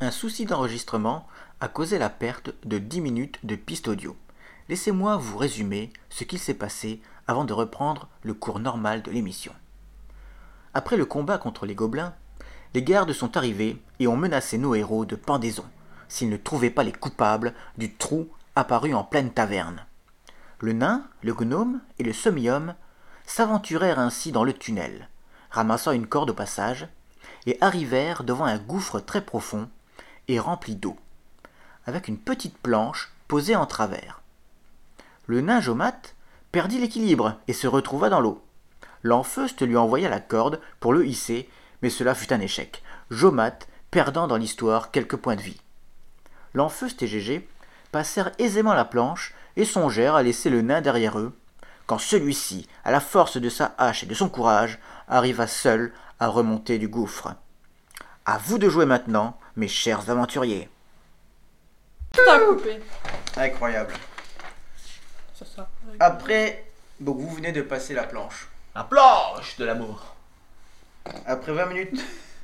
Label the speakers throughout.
Speaker 1: Un souci d'enregistrement a causé la perte de 10 minutes de piste audio. Laissez-moi vous résumer ce qu'il s'est passé avant de reprendre le cours normal de l'émission. Après le combat contre les gobelins, les gardes sont arrivés et ont menacé nos héros de pendaison s'ils ne trouvaient pas les coupables du trou apparu en pleine taverne. Le nain, le gnome et le semi-homme s'aventurèrent ainsi dans le tunnel, ramassant une corde au passage, et arrivèrent devant un gouffre très profond et rempli d'eau, avec une petite planche posée en travers. Le nain Jomate perdit l'équilibre et se retrouva dans l'eau. L'enfeuste lui envoya la corde pour le hisser, mais cela fut un échec, Jomate perdant dans l'histoire quelques points de vie. L'enfeuste et Gégé passèrent aisément la planche et songèrent à laisser le nain derrière eux, quand celui-ci, à la force de sa hache et de son courage, arriva seul à remonter du gouffre. À vous de jouer maintenant, mes chers aventuriers.
Speaker 2: Tout a coupé.
Speaker 1: Incroyable.
Speaker 2: C'est ça.
Speaker 1: Après, donc vous venez de passer la planche.
Speaker 3: La planche de l'amour.
Speaker 1: Après 20 minutes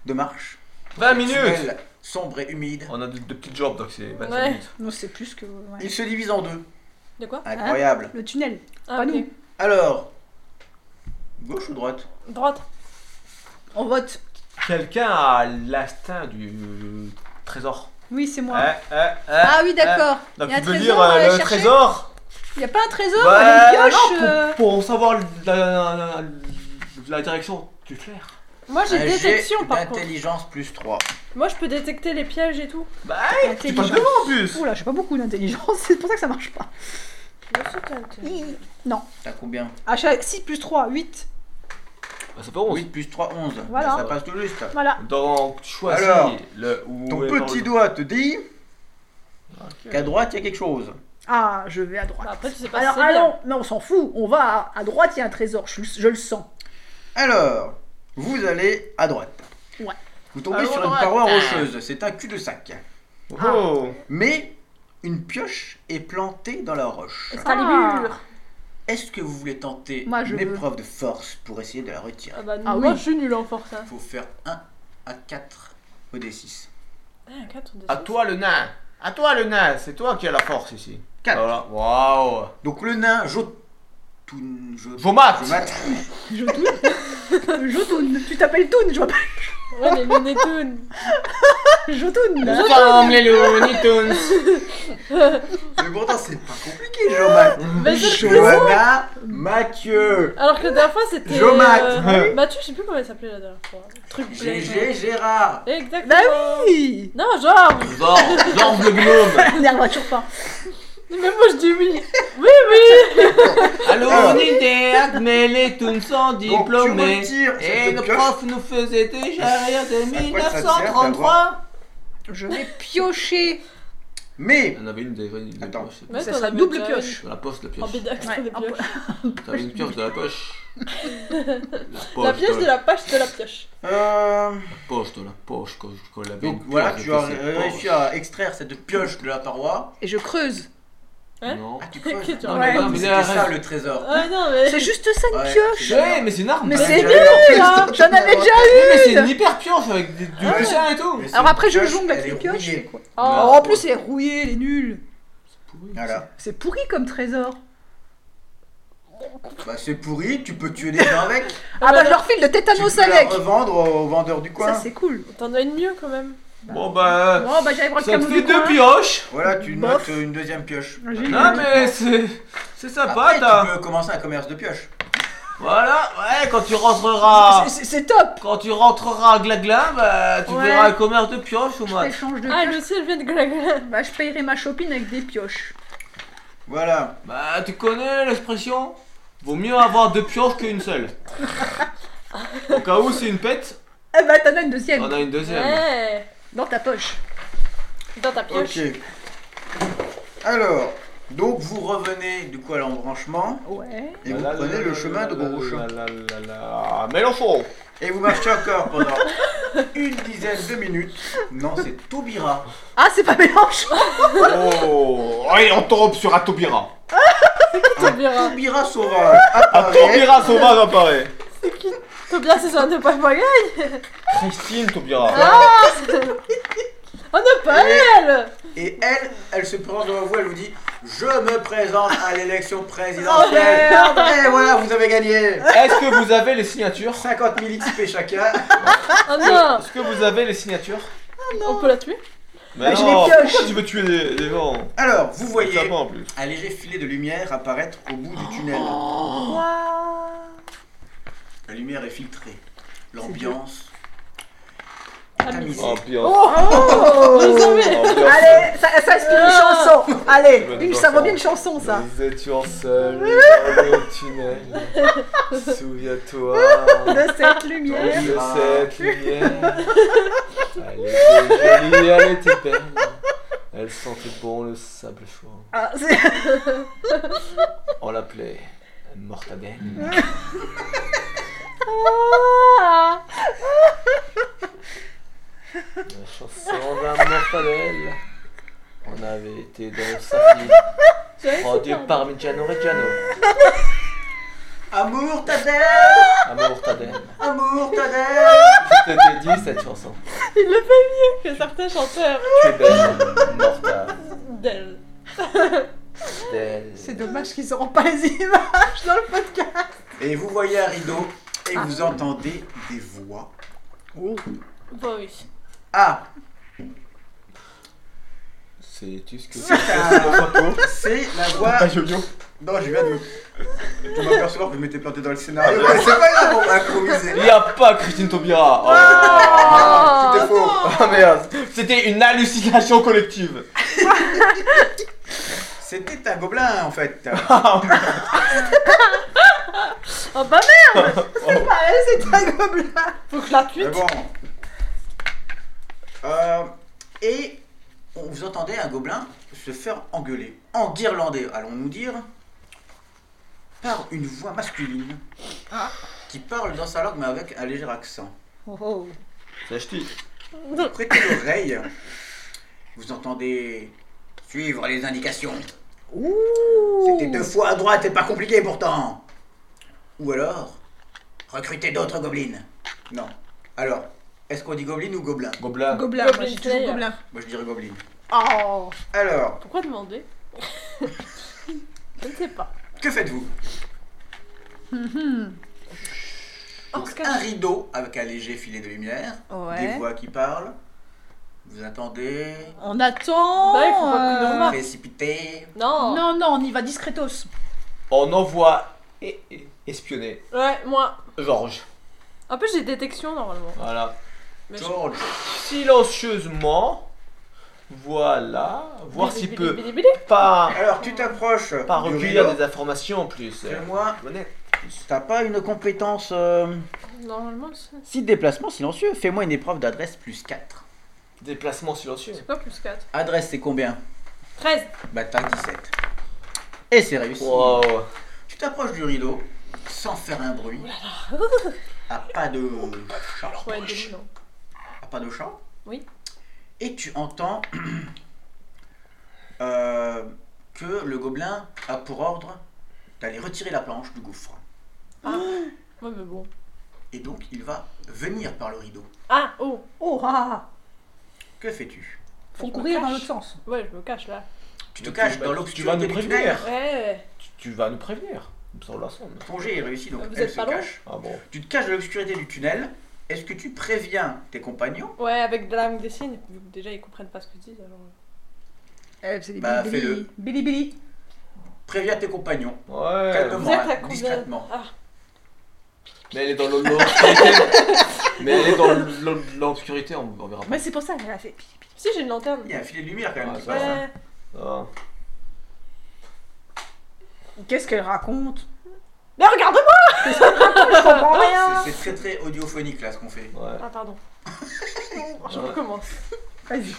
Speaker 1: de marche,
Speaker 3: 20
Speaker 1: le
Speaker 3: minutes
Speaker 1: tunnel sombre et humide,
Speaker 3: On a deux, deux petites jobs, donc c'est 25
Speaker 2: Ouais.
Speaker 3: minutes.
Speaker 4: Non, c'est plus que. ouais.
Speaker 1: il se divise en deux.
Speaker 2: De quoi
Speaker 1: Incroyable.
Speaker 4: Le tunnel.
Speaker 2: Ah,
Speaker 4: Pas
Speaker 2: ok.
Speaker 4: nous.
Speaker 1: Alors, gauche ou droite
Speaker 2: Droite.
Speaker 4: On vote.
Speaker 3: Quelqu'un a l'instinct du euh, trésor.
Speaker 4: Oui, c'est moi.
Speaker 3: Hein, hein, hein,
Speaker 4: Ah oui, d'accord.
Speaker 3: hein. Donc
Speaker 4: Il y a
Speaker 3: tu
Speaker 4: un
Speaker 3: veux
Speaker 4: trésor,
Speaker 3: dire
Speaker 4: on va
Speaker 3: euh,
Speaker 4: aller
Speaker 3: le
Speaker 4: chercher
Speaker 3: trésor
Speaker 4: Il y a pas un trésor,
Speaker 3: Bah,
Speaker 4: une pioche.
Speaker 3: non,
Speaker 4: euh,
Speaker 3: pour, pour savoir la, la- la- la direction du flair.
Speaker 2: Moi j'ai
Speaker 1: Un
Speaker 2: détection
Speaker 1: jet
Speaker 2: par contre.
Speaker 1: d'intelligence plus 3.
Speaker 2: Moi je peux détecter les pièges et tout.
Speaker 3: Bah, tu passes
Speaker 4: intelligence.
Speaker 3: devant en plus
Speaker 4: Oula, j'ai pas beaucoup d'intelligence, c'est pour ça que ça marche pas.
Speaker 2: Moi aussi, t'as intelligence.
Speaker 1: T'as combien
Speaker 4: Ah, chaque- 6 plus 3, 8.
Speaker 3: Bah, Ça fait 11.
Speaker 1: 8 plus 3, 11.
Speaker 4: Voilà.
Speaker 1: Ça passe tout juste.
Speaker 4: Voilà.
Speaker 3: Donc tu choisis
Speaker 1: Alors,
Speaker 3: le. où
Speaker 1: Ton
Speaker 3: est
Speaker 1: petit
Speaker 3: le-
Speaker 1: doigt te dit
Speaker 3: Ok.
Speaker 1: qu'à droite, il y a quelque chose.
Speaker 4: Ah, je vais à droite.
Speaker 2: Bah, après tu sais pas
Speaker 4: Alors,
Speaker 2: si c'est bien.
Speaker 4: allons. Non, on s'en fout. On va à, à droite, il y a un trésor. Je, le- je le sens.
Speaker 1: Alors, vous allez à droite.
Speaker 4: Ouais.
Speaker 1: Vous tombez
Speaker 3: Allons
Speaker 1: sur
Speaker 3: à
Speaker 1: une
Speaker 3: droite.
Speaker 1: paroi rocheuse. C'est un cul-de-sac.
Speaker 3: Oh
Speaker 1: Mais une pioche est plantée dans la roche.
Speaker 2: Est-ce qu'elle est
Speaker 4: Ah.
Speaker 2: mûre
Speaker 1: Est-ce que vous voulez tenter
Speaker 4: Moi, je
Speaker 1: une
Speaker 4: veux.
Speaker 1: épreuve de force pour essayer de la retirer
Speaker 2: Ah bah
Speaker 4: Ah
Speaker 2: moi
Speaker 4: oui.
Speaker 2: je suis nul en force. hein.
Speaker 1: Il faut faire 1 à 4 au D6.
Speaker 2: Ah, un quatre ou deux,
Speaker 3: À
Speaker 2: six.
Speaker 3: toi le nain À toi le nain C'est toi qui as la force ici.
Speaker 1: 4.
Speaker 3: Voilà. Waouh
Speaker 1: Donc le nain, Jotun... Jotun-
Speaker 3: Jomate.
Speaker 1: Jomate.
Speaker 4: Je tourne. je tourne. Tu t'appelles Toon, je m'appelle
Speaker 2: Ouais les lunettes.
Speaker 4: Je
Speaker 3: Euh,
Speaker 4: tourne.
Speaker 3: Ensemble les Looney Tunes
Speaker 1: Mais pourtant, c'est pas compliqué, Jomate.
Speaker 2: Mais c'est le plus-
Speaker 1: Johanna, Mathieu,
Speaker 2: Alors que la dernière fois c'était.
Speaker 1: Jomat.
Speaker 2: euh, Mathieu, je sais plus comment il s'appelait la dernière fois. Truc
Speaker 1: GG, Gérard.
Speaker 2: blé. Exactement.
Speaker 4: Bah oui
Speaker 2: Non, genre,
Speaker 3: Zorg Zorg le gnome
Speaker 2: Oh.
Speaker 4: On n'arrivera toujours pas.
Speaker 2: mais moi je dis oui. Oui, oui.
Speaker 3: Allô,
Speaker 1: Alors.
Speaker 3: on était mais les Tunes sont
Speaker 1: Ah. Donc tu
Speaker 3: diplômés
Speaker 1: retires
Speaker 3: Et
Speaker 1: cette
Speaker 3: le
Speaker 1: pioche.
Speaker 3: prof nous faisait déjà rire de
Speaker 1: À quoi ça te sert d'avoir-
Speaker 3: 1933
Speaker 4: Je vais piocher.
Speaker 1: Mais
Speaker 3: On avait une des une des
Speaker 1: Attends.
Speaker 3: poches.
Speaker 2: Ouais,
Speaker 4: ça
Speaker 2: t'en
Speaker 4: sera
Speaker 2: avais
Speaker 4: double
Speaker 2: déjà
Speaker 4: pioche.
Speaker 3: Dans la poche, la
Speaker 2: une. En
Speaker 3: pioche.
Speaker 2: bidax,
Speaker 4: Ouais,
Speaker 2: des
Speaker 4: en-
Speaker 2: pioches.
Speaker 3: T'avais une pioche de la poche. La poche,
Speaker 2: La pioche de la poche de la pioche.
Speaker 1: euh,
Speaker 3: poche de la poche. Quand, je- quand elle avait
Speaker 1: donc
Speaker 3: une
Speaker 1: voilà,
Speaker 3: pioche,
Speaker 1: tu
Speaker 3: elle
Speaker 1: as
Speaker 3: était ses
Speaker 1: réussi
Speaker 3: poches.
Speaker 1: à extraire cette pioche de la paroi.
Speaker 4: Et je creuse.
Speaker 2: Hein
Speaker 3: Non.
Speaker 1: Ah, tu
Speaker 2: Que
Speaker 1: creuses.
Speaker 2: tu
Speaker 3: Non,
Speaker 2: as-
Speaker 3: mais
Speaker 4: Ouais.
Speaker 3: non, mais
Speaker 1: C'était
Speaker 3: là,
Speaker 1: ça
Speaker 3: reste-
Speaker 1: le trésor.
Speaker 2: Ah non, mais.
Speaker 4: C'est juste ça une
Speaker 1: Ouais.
Speaker 4: pioche.
Speaker 3: Ouais, mais c'est une arme.
Speaker 4: Mais
Speaker 3: ça.
Speaker 4: c'est
Speaker 3: Ouais,
Speaker 4: nul là J'en avais déjà eu
Speaker 3: mais c'est une hyper pioche avec des- du
Speaker 1: Ouais.
Speaker 3: coussin et tout.
Speaker 1: Mais c'est
Speaker 4: Alors
Speaker 1: une
Speaker 4: après je
Speaker 1: pioche,
Speaker 4: jongle avec
Speaker 1: elle
Speaker 4: les
Speaker 1: est
Speaker 4: pioches. je
Speaker 1: rouillée.
Speaker 4: fais quoi
Speaker 2: Oh.
Speaker 4: Oh, en plus elle est rouillée, elle est nulle.
Speaker 1: Voilà.
Speaker 4: C'est pourri comme trésor.
Speaker 1: Bah c'est pourri, tu peux tuer des gens avec.
Speaker 4: Ah bah je leur file le
Speaker 1: tu
Speaker 4: tétanos
Speaker 1: peux la
Speaker 4: avec.
Speaker 1: revendre au au vendeur du
Speaker 4: Ça
Speaker 1: coin.
Speaker 4: c'est cool.
Speaker 2: T'en as une mieux quand même.
Speaker 3: Bon bah.
Speaker 4: Bon bah j'allais voir le
Speaker 3: Ça te
Speaker 4: camion
Speaker 3: fait
Speaker 4: du
Speaker 3: deux
Speaker 4: coin.
Speaker 3: pioches.
Speaker 1: Voilà, tu notes
Speaker 4: Bof.
Speaker 1: euh, une deuxième pioche.
Speaker 4: Ah, J'ai eu.
Speaker 3: Non mais c'est. C'est
Speaker 1: Après,
Speaker 3: sympa
Speaker 1: tu
Speaker 3: t'as.
Speaker 1: peux commencer un commerce de pioches.
Speaker 3: Voilà, ouais, quand tu rentreras.
Speaker 4: C'est- c'est- C'est top.
Speaker 3: Quand tu rentreras à Glagla, bah tu
Speaker 4: Ouais.
Speaker 3: verras un commerce de pioches au
Speaker 4: Je
Speaker 3: moins.
Speaker 4: t'échange de
Speaker 2: Ah,
Speaker 4: pioche.
Speaker 2: le ciel vient de Glagla.
Speaker 4: Bah je payerai ma shopping avec des pioches.
Speaker 1: Voilà.
Speaker 3: Bah tu connais l'expression Vaut mieux avoir deux pioches qu'une seule. Au cas où c'est une pète,
Speaker 4: Eh bah t'en as une deuxième.
Speaker 3: on a une deuxième.
Speaker 2: Ouais.
Speaker 4: Dans ta poche.
Speaker 2: Dans ta pioche.
Speaker 1: Ok. Alors, donc vous revenez du coup à l'embranchement
Speaker 4: Ouais.
Speaker 1: et vous prenez le chemin de Grouche.
Speaker 3: Grouche. Mélenchon
Speaker 1: Et vous marchez encore pendant une dizaine de minutes. Non, c'est Taubira.
Speaker 4: Ah c'est pas mélange.
Speaker 3: Oh Allez, on tombe sur un Taubira.
Speaker 2: Taubira.
Speaker 1: Taubira sauvage
Speaker 3: Un
Speaker 1: apparaît.
Speaker 3: Ah, Taubira sauvage hein, apparaît.
Speaker 2: Taubira, c'est ça, ne pas pareil.
Speaker 1: Ah.
Speaker 3: Christine Taubira.
Speaker 2: On ne
Speaker 1: Et elle, elle se présente devant vous, elle vous dit Je me présente à l'élection
Speaker 2: Oh
Speaker 1: présidentielle.
Speaker 2: merde
Speaker 1: Et voilà, vous avez gagné
Speaker 3: Est-ce que vous avez les signatures
Speaker 1: 50 000 XP chacun.
Speaker 2: Oh non
Speaker 3: Est-ce que vous avez les signatures
Speaker 2: On peut la tuer
Speaker 4: Mais je
Speaker 3: non,
Speaker 4: les pioche.
Speaker 3: pourquoi tu veux tuer des, des gens
Speaker 1: Alors, vous voyez
Speaker 3: Ça va en plus.
Speaker 1: un léger filet de lumière apparaître au bout du tunnel.
Speaker 4: Oh.
Speaker 1: La lumière est filtrée. L'ambiance est
Speaker 2: Tamisée.
Speaker 1: tamisée.
Speaker 3: Ambiance.
Speaker 2: Oh
Speaker 4: Oh Ah.
Speaker 2: Vous savez
Speaker 3: ambiance.
Speaker 4: Allez, ça, ça c'est une chanson. Allez,
Speaker 3: Bonne
Speaker 4: une- ça vaut
Speaker 3: chanson.
Speaker 4: bien une chanson ça.
Speaker 3: Nous étions seuls dans le tunnel. Souviens-toi
Speaker 4: De cette lumière.
Speaker 3: de cette lumière. Elle était jolie, elle était belle. Elle sentait bon le sable chaud.
Speaker 4: Ah, c'est-
Speaker 3: On l'appelait Mortadelle.
Speaker 2: Ah.
Speaker 3: La chanson d'un Mortadelle. On avait été dans sa vie.
Speaker 2: J'avais
Speaker 3: Produit
Speaker 2: fait ça.
Speaker 3: par Migiano Reggiano.
Speaker 1: Amour Tadel
Speaker 3: À Mortadelle.
Speaker 1: Amour Tadel
Speaker 3: Je te dédie cette chanson.
Speaker 2: Il le fait mieux que certains chanteurs
Speaker 3: Tu es belle, Mortadelle.
Speaker 2: d'elle.
Speaker 4: C'est dommage qu'ils auront pas les images dans le podcast.
Speaker 1: Et vous voyez un rideau et
Speaker 2: Ah.
Speaker 1: vous entendez des voix.
Speaker 2: Bah oui.
Speaker 1: Ah
Speaker 3: Sais-tu ce que
Speaker 1: C'est
Speaker 3: c'est
Speaker 1: un- c'est la voix.
Speaker 3: yo-yo.
Speaker 1: Non, je viens de. Je m'apercevoir que je m'étais planté dans le scénario. Mais c'est pas grave, on va improviser.
Speaker 3: Il n'y a pas Christine Taubira.
Speaker 1: Ah, tout est faux.
Speaker 3: Oh, oh merde. C'était une hallucination collective.
Speaker 1: C'était un gobelin en fait.
Speaker 2: Oh bah merde
Speaker 4: Ah, c'est un gobelin.
Speaker 2: Faut que je la tue
Speaker 1: Mais bon. Euh, et on vous entendait un gobelin se faire engueuler, enguirlander, allons-nous dire, par une voix masculine
Speaker 4: Ah.
Speaker 1: qui parle dans sa langue mais avec un léger accent.
Speaker 4: Oh, oh.
Speaker 3: C'est ch'ti.
Speaker 1: Prêtez l'oreille, vous entendez suivre les indications.
Speaker 4: Ouh. oh.
Speaker 1: C'était deux fois à droite, c'est pas compliqué pourtant. Ou alors, recruter d'autres gobelines. Non. Alors, est-ce qu'on dit gobeline ou gobelin
Speaker 3: Gobelin.
Speaker 4: Gobelin,
Speaker 2: Gobelin
Speaker 4: moi je suis toujours
Speaker 2: Slayer.
Speaker 4: gobelin.
Speaker 1: Moi je dirais gobeline.
Speaker 4: Oh.
Speaker 1: Alors,
Speaker 2: Pourquoi demander Je ne sais pas.
Speaker 1: que faites-vous
Speaker 2: Hum, Oh,
Speaker 1: Donc, un rideau avec un léger filet de lumière,
Speaker 4: Ouais.
Speaker 1: des voix qui parlent. Vous attendez,
Speaker 4: On attend. euh,
Speaker 2: Bah, il faut pas que nous remarque.
Speaker 1: précipité.
Speaker 2: Non.
Speaker 4: Non, non, on y va discretos.
Speaker 3: On envoie et, et- espionner
Speaker 2: Ouais, moi.
Speaker 3: Georges.
Speaker 2: En plus, j'ai détection normalement.
Speaker 3: Voilà.
Speaker 2: Mais je-
Speaker 1: George,
Speaker 3: Silencieusement. Voilà. Voir
Speaker 2: Bili,
Speaker 3: s'il
Speaker 2: bili,
Speaker 3: peut
Speaker 2: bili, bili.
Speaker 3: pas,
Speaker 1: alors tu t'approches
Speaker 3: pas
Speaker 1: du
Speaker 3: recueillir
Speaker 1: rideau.
Speaker 3: des informations en plus.
Speaker 1: Fais-moi,
Speaker 3: Honnête.
Speaker 1: t'as pas une compétence... euh,
Speaker 2: Normalement, c'est
Speaker 1: Si déplacement silencieux, fais-moi une épreuve d'adresse plus 4.
Speaker 3: Déplacement silencieux.
Speaker 2: c'est quoi plus 4
Speaker 1: Adresse c'est combien
Speaker 2: 13
Speaker 1: Bah t'as 17. Et c'est réussi.
Speaker 3: Wow.
Speaker 1: Tu t'approches du rideau sans faire un
Speaker 2: Oh
Speaker 1: bruit. À pas de chant.
Speaker 2: Ouais, demi, non.
Speaker 1: À pas de chant.
Speaker 2: Oui.
Speaker 1: Et tu entends euh, que le gobelin a pour ordre d'aller retirer la planche du gouffre.
Speaker 2: Ah.
Speaker 3: Oh.
Speaker 2: Ouais, mais bon.
Speaker 1: Et donc il va venir par le rideau.
Speaker 2: Ah, oh
Speaker 4: Oh, ah.
Speaker 1: Que fais-tu
Speaker 4: Faut
Speaker 2: Je me
Speaker 4: courir dans
Speaker 2: cache.
Speaker 4: l'autre sens.
Speaker 2: Ouais, je me cache là.
Speaker 1: Tu te
Speaker 3: Mais
Speaker 1: caches
Speaker 3: bah, tu vas-
Speaker 1: dans
Speaker 3: Tu
Speaker 1: l'obscurité
Speaker 3: vas nous
Speaker 1: du tunnel.
Speaker 3: prévenir.
Speaker 2: Ouais.
Speaker 3: Tu, tu vas nous prévenir. Ça, on l'a sent. mais-
Speaker 1: Ton jet est réussi, donc
Speaker 2: Vous
Speaker 1: elle
Speaker 2: êtes
Speaker 1: se
Speaker 2: pas loin
Speaker 1: cache.
Speaker 3: Ah bon.
Speaker 1: Tu te caches dans l'obscurité du tunnel. Est-ce que tu préviens tes compagnons
Speaker 2: Ouais, avec de la langue des signes. vu que Déjà, ils comprennent pas ce que je dis. Alors... euh.
Speaker 4: Eh, c'est des
Speaker 1: Bah,
Speaker 4: Billy,
Speaker 1: fais-le.
Speaker 4: Billy. Billy, Billy.
Speaker 1: Préviens tes compagnons.
Speaker 3: Ouais.
Speaker 1: Calme-toi.
Speaker 2: Vous êtes à combien
Speaker 1: discrètement.
Speaker 2: Ah,
Speaker 3: Mais elle est dans l'o- l'obscurité. Mais elle est dans l'o- l'obscurité, on on verra pas.
Speaker 4: Mais c'est pour ça qu'elle a fait.
Speaker 2: si, j'ai une lanterne.
Speaker 1: Il y a un filet de lumière quand même
Speaker 3: Ah,
Speaker 1: qui
Speaker 3: ça,
Speaker 1: passe.
Speaker 2: Ouais.
Speaker 3: Ah.
Speaker 4: Qu'est-ce qu'elle raconte
Speaker 2: Mais regarde-moi
Speaker 4: Je comprends
Speaker 1: C'est-
Speaker 4: rien.
Speaker 1: C'est très très audiophonique là ce qu'on fait.
Speaker 3: Ouais.
Speaker 2: Ah, pardon. je recommence.
Speaker 4: Vas-y.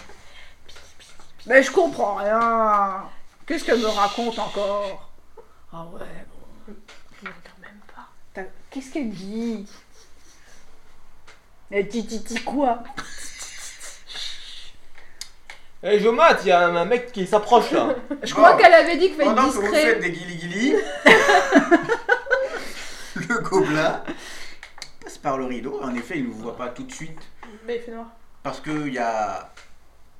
Speaker 4: Mais je comprends rien. Qu'est-ce qu'elle me raconte encore Ah ouais.
Speaker 2: Je me regarde même pas.
Speaker 4: T'as- Qu'est-ce qu'elle dit Elle dit, dit, dit quoi
Speaker 3: Eh je mate, il y a un un mec qui s'approche là.
Speaker 4: Je
Speaker 1: crois
Speaker 4: crois
Speaker 1: Bon.
Speaker 4: qu'elle avait dit qu'il fallait être
Speaker 1: Pendant que vous faites
Speaker 4: discret.
Speaker 1: des guili-guili, le gobelin passe par le rideau. En effet, il ne vous voit pas tout de suite
Speaker 2: Mais il fait noir.
Speaker 1: parce qu'il y a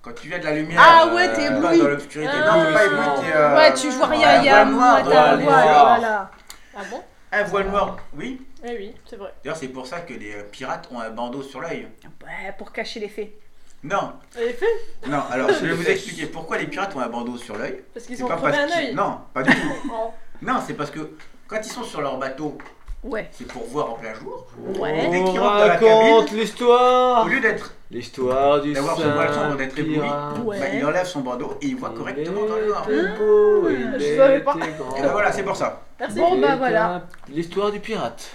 Speaker 1: Quand tu viens de la lumière. euh,
Speaker 4: Ah ouais, t'es
Speaker 1: pas
Speaker 4: ébloui.
Speaker 1: Dans l'obscurité.
Speaker 2: Ah.
Speaker 1: non, t'es pas ébloui, t'es. euh,
Speaker 4: Ouais, tu vois rien, il y
Speaker 1: un
Speaker 4: a un
Speaker 1: voile
Speaker 4: mou
Speaker 1: noir,
Speaker 4: à ta
Speaker 3: ouais,
Speaker 4: voile,
Speaker 3: noir.
Speaker 4: voilà.
Speaker 2: Ah bon
Speaker 1: Un voile noir, oui.
Speaker 2: Eh oui, c'est vrai.
Speaker 1: D'ailleurs, c'est pour ça que les euh, pirates ont un bandeau sur l'œil.
Speaker 4: Ouais, pour cacher les faits.
Speaker 1: Non,
Speaker 2: Et fait
Speaker 1: non, alors je vais vous expliquer pourquoi les pirates ont un bandeau sur l'œil.
Speaker 2: Parce
Speaker 1: C'est
Speaker 2: qu'ils ont
Speaker 1: pas
Speaker 2: crevé
Speaker 1: parce
Speaker 2: un
Speaker 1: qu'ils-
Speaker 2: œil.
Speaker 1: Non, pas du tout.
Speaker 2: Oh.
Speaker 1: Non, c'est parce que quand ils sont sur leur bateau,
Speaker 4: Ouais.
Speaker 1: c'est pour voir en plein jour.
Speaker 4: Ouais.
Speaker 1: Dès
Speaker 3: On
Speaker 1: qu'il rentre dans la
Speaker 3: raconte
Speaker 1: Au
Speaker 3: l'histoire
Speaker 1: lieu d'être
Speaker 3: L'histoire du
Speaker 1: d'avoir son voile sombre, d'être ébloui,
Speaker 3: Saint-Pierre.
Speaker 4: Ouais.
Speaker 1: bah, il enlève son bandeau et il voit correctement dans le Ah, noir.
Speaker 3: Il était beau, il
Speaker 2: Je savais pas.
Speaker 3: était grand.
Speaker 1: Et bah voilà, c'est pour ça.
Speaker 2: Merci.
Speaker 4: Bon,
Speaker 3: Et
Speaker 4: bah, voilà.
Speaker 3: L'histoire du pirate.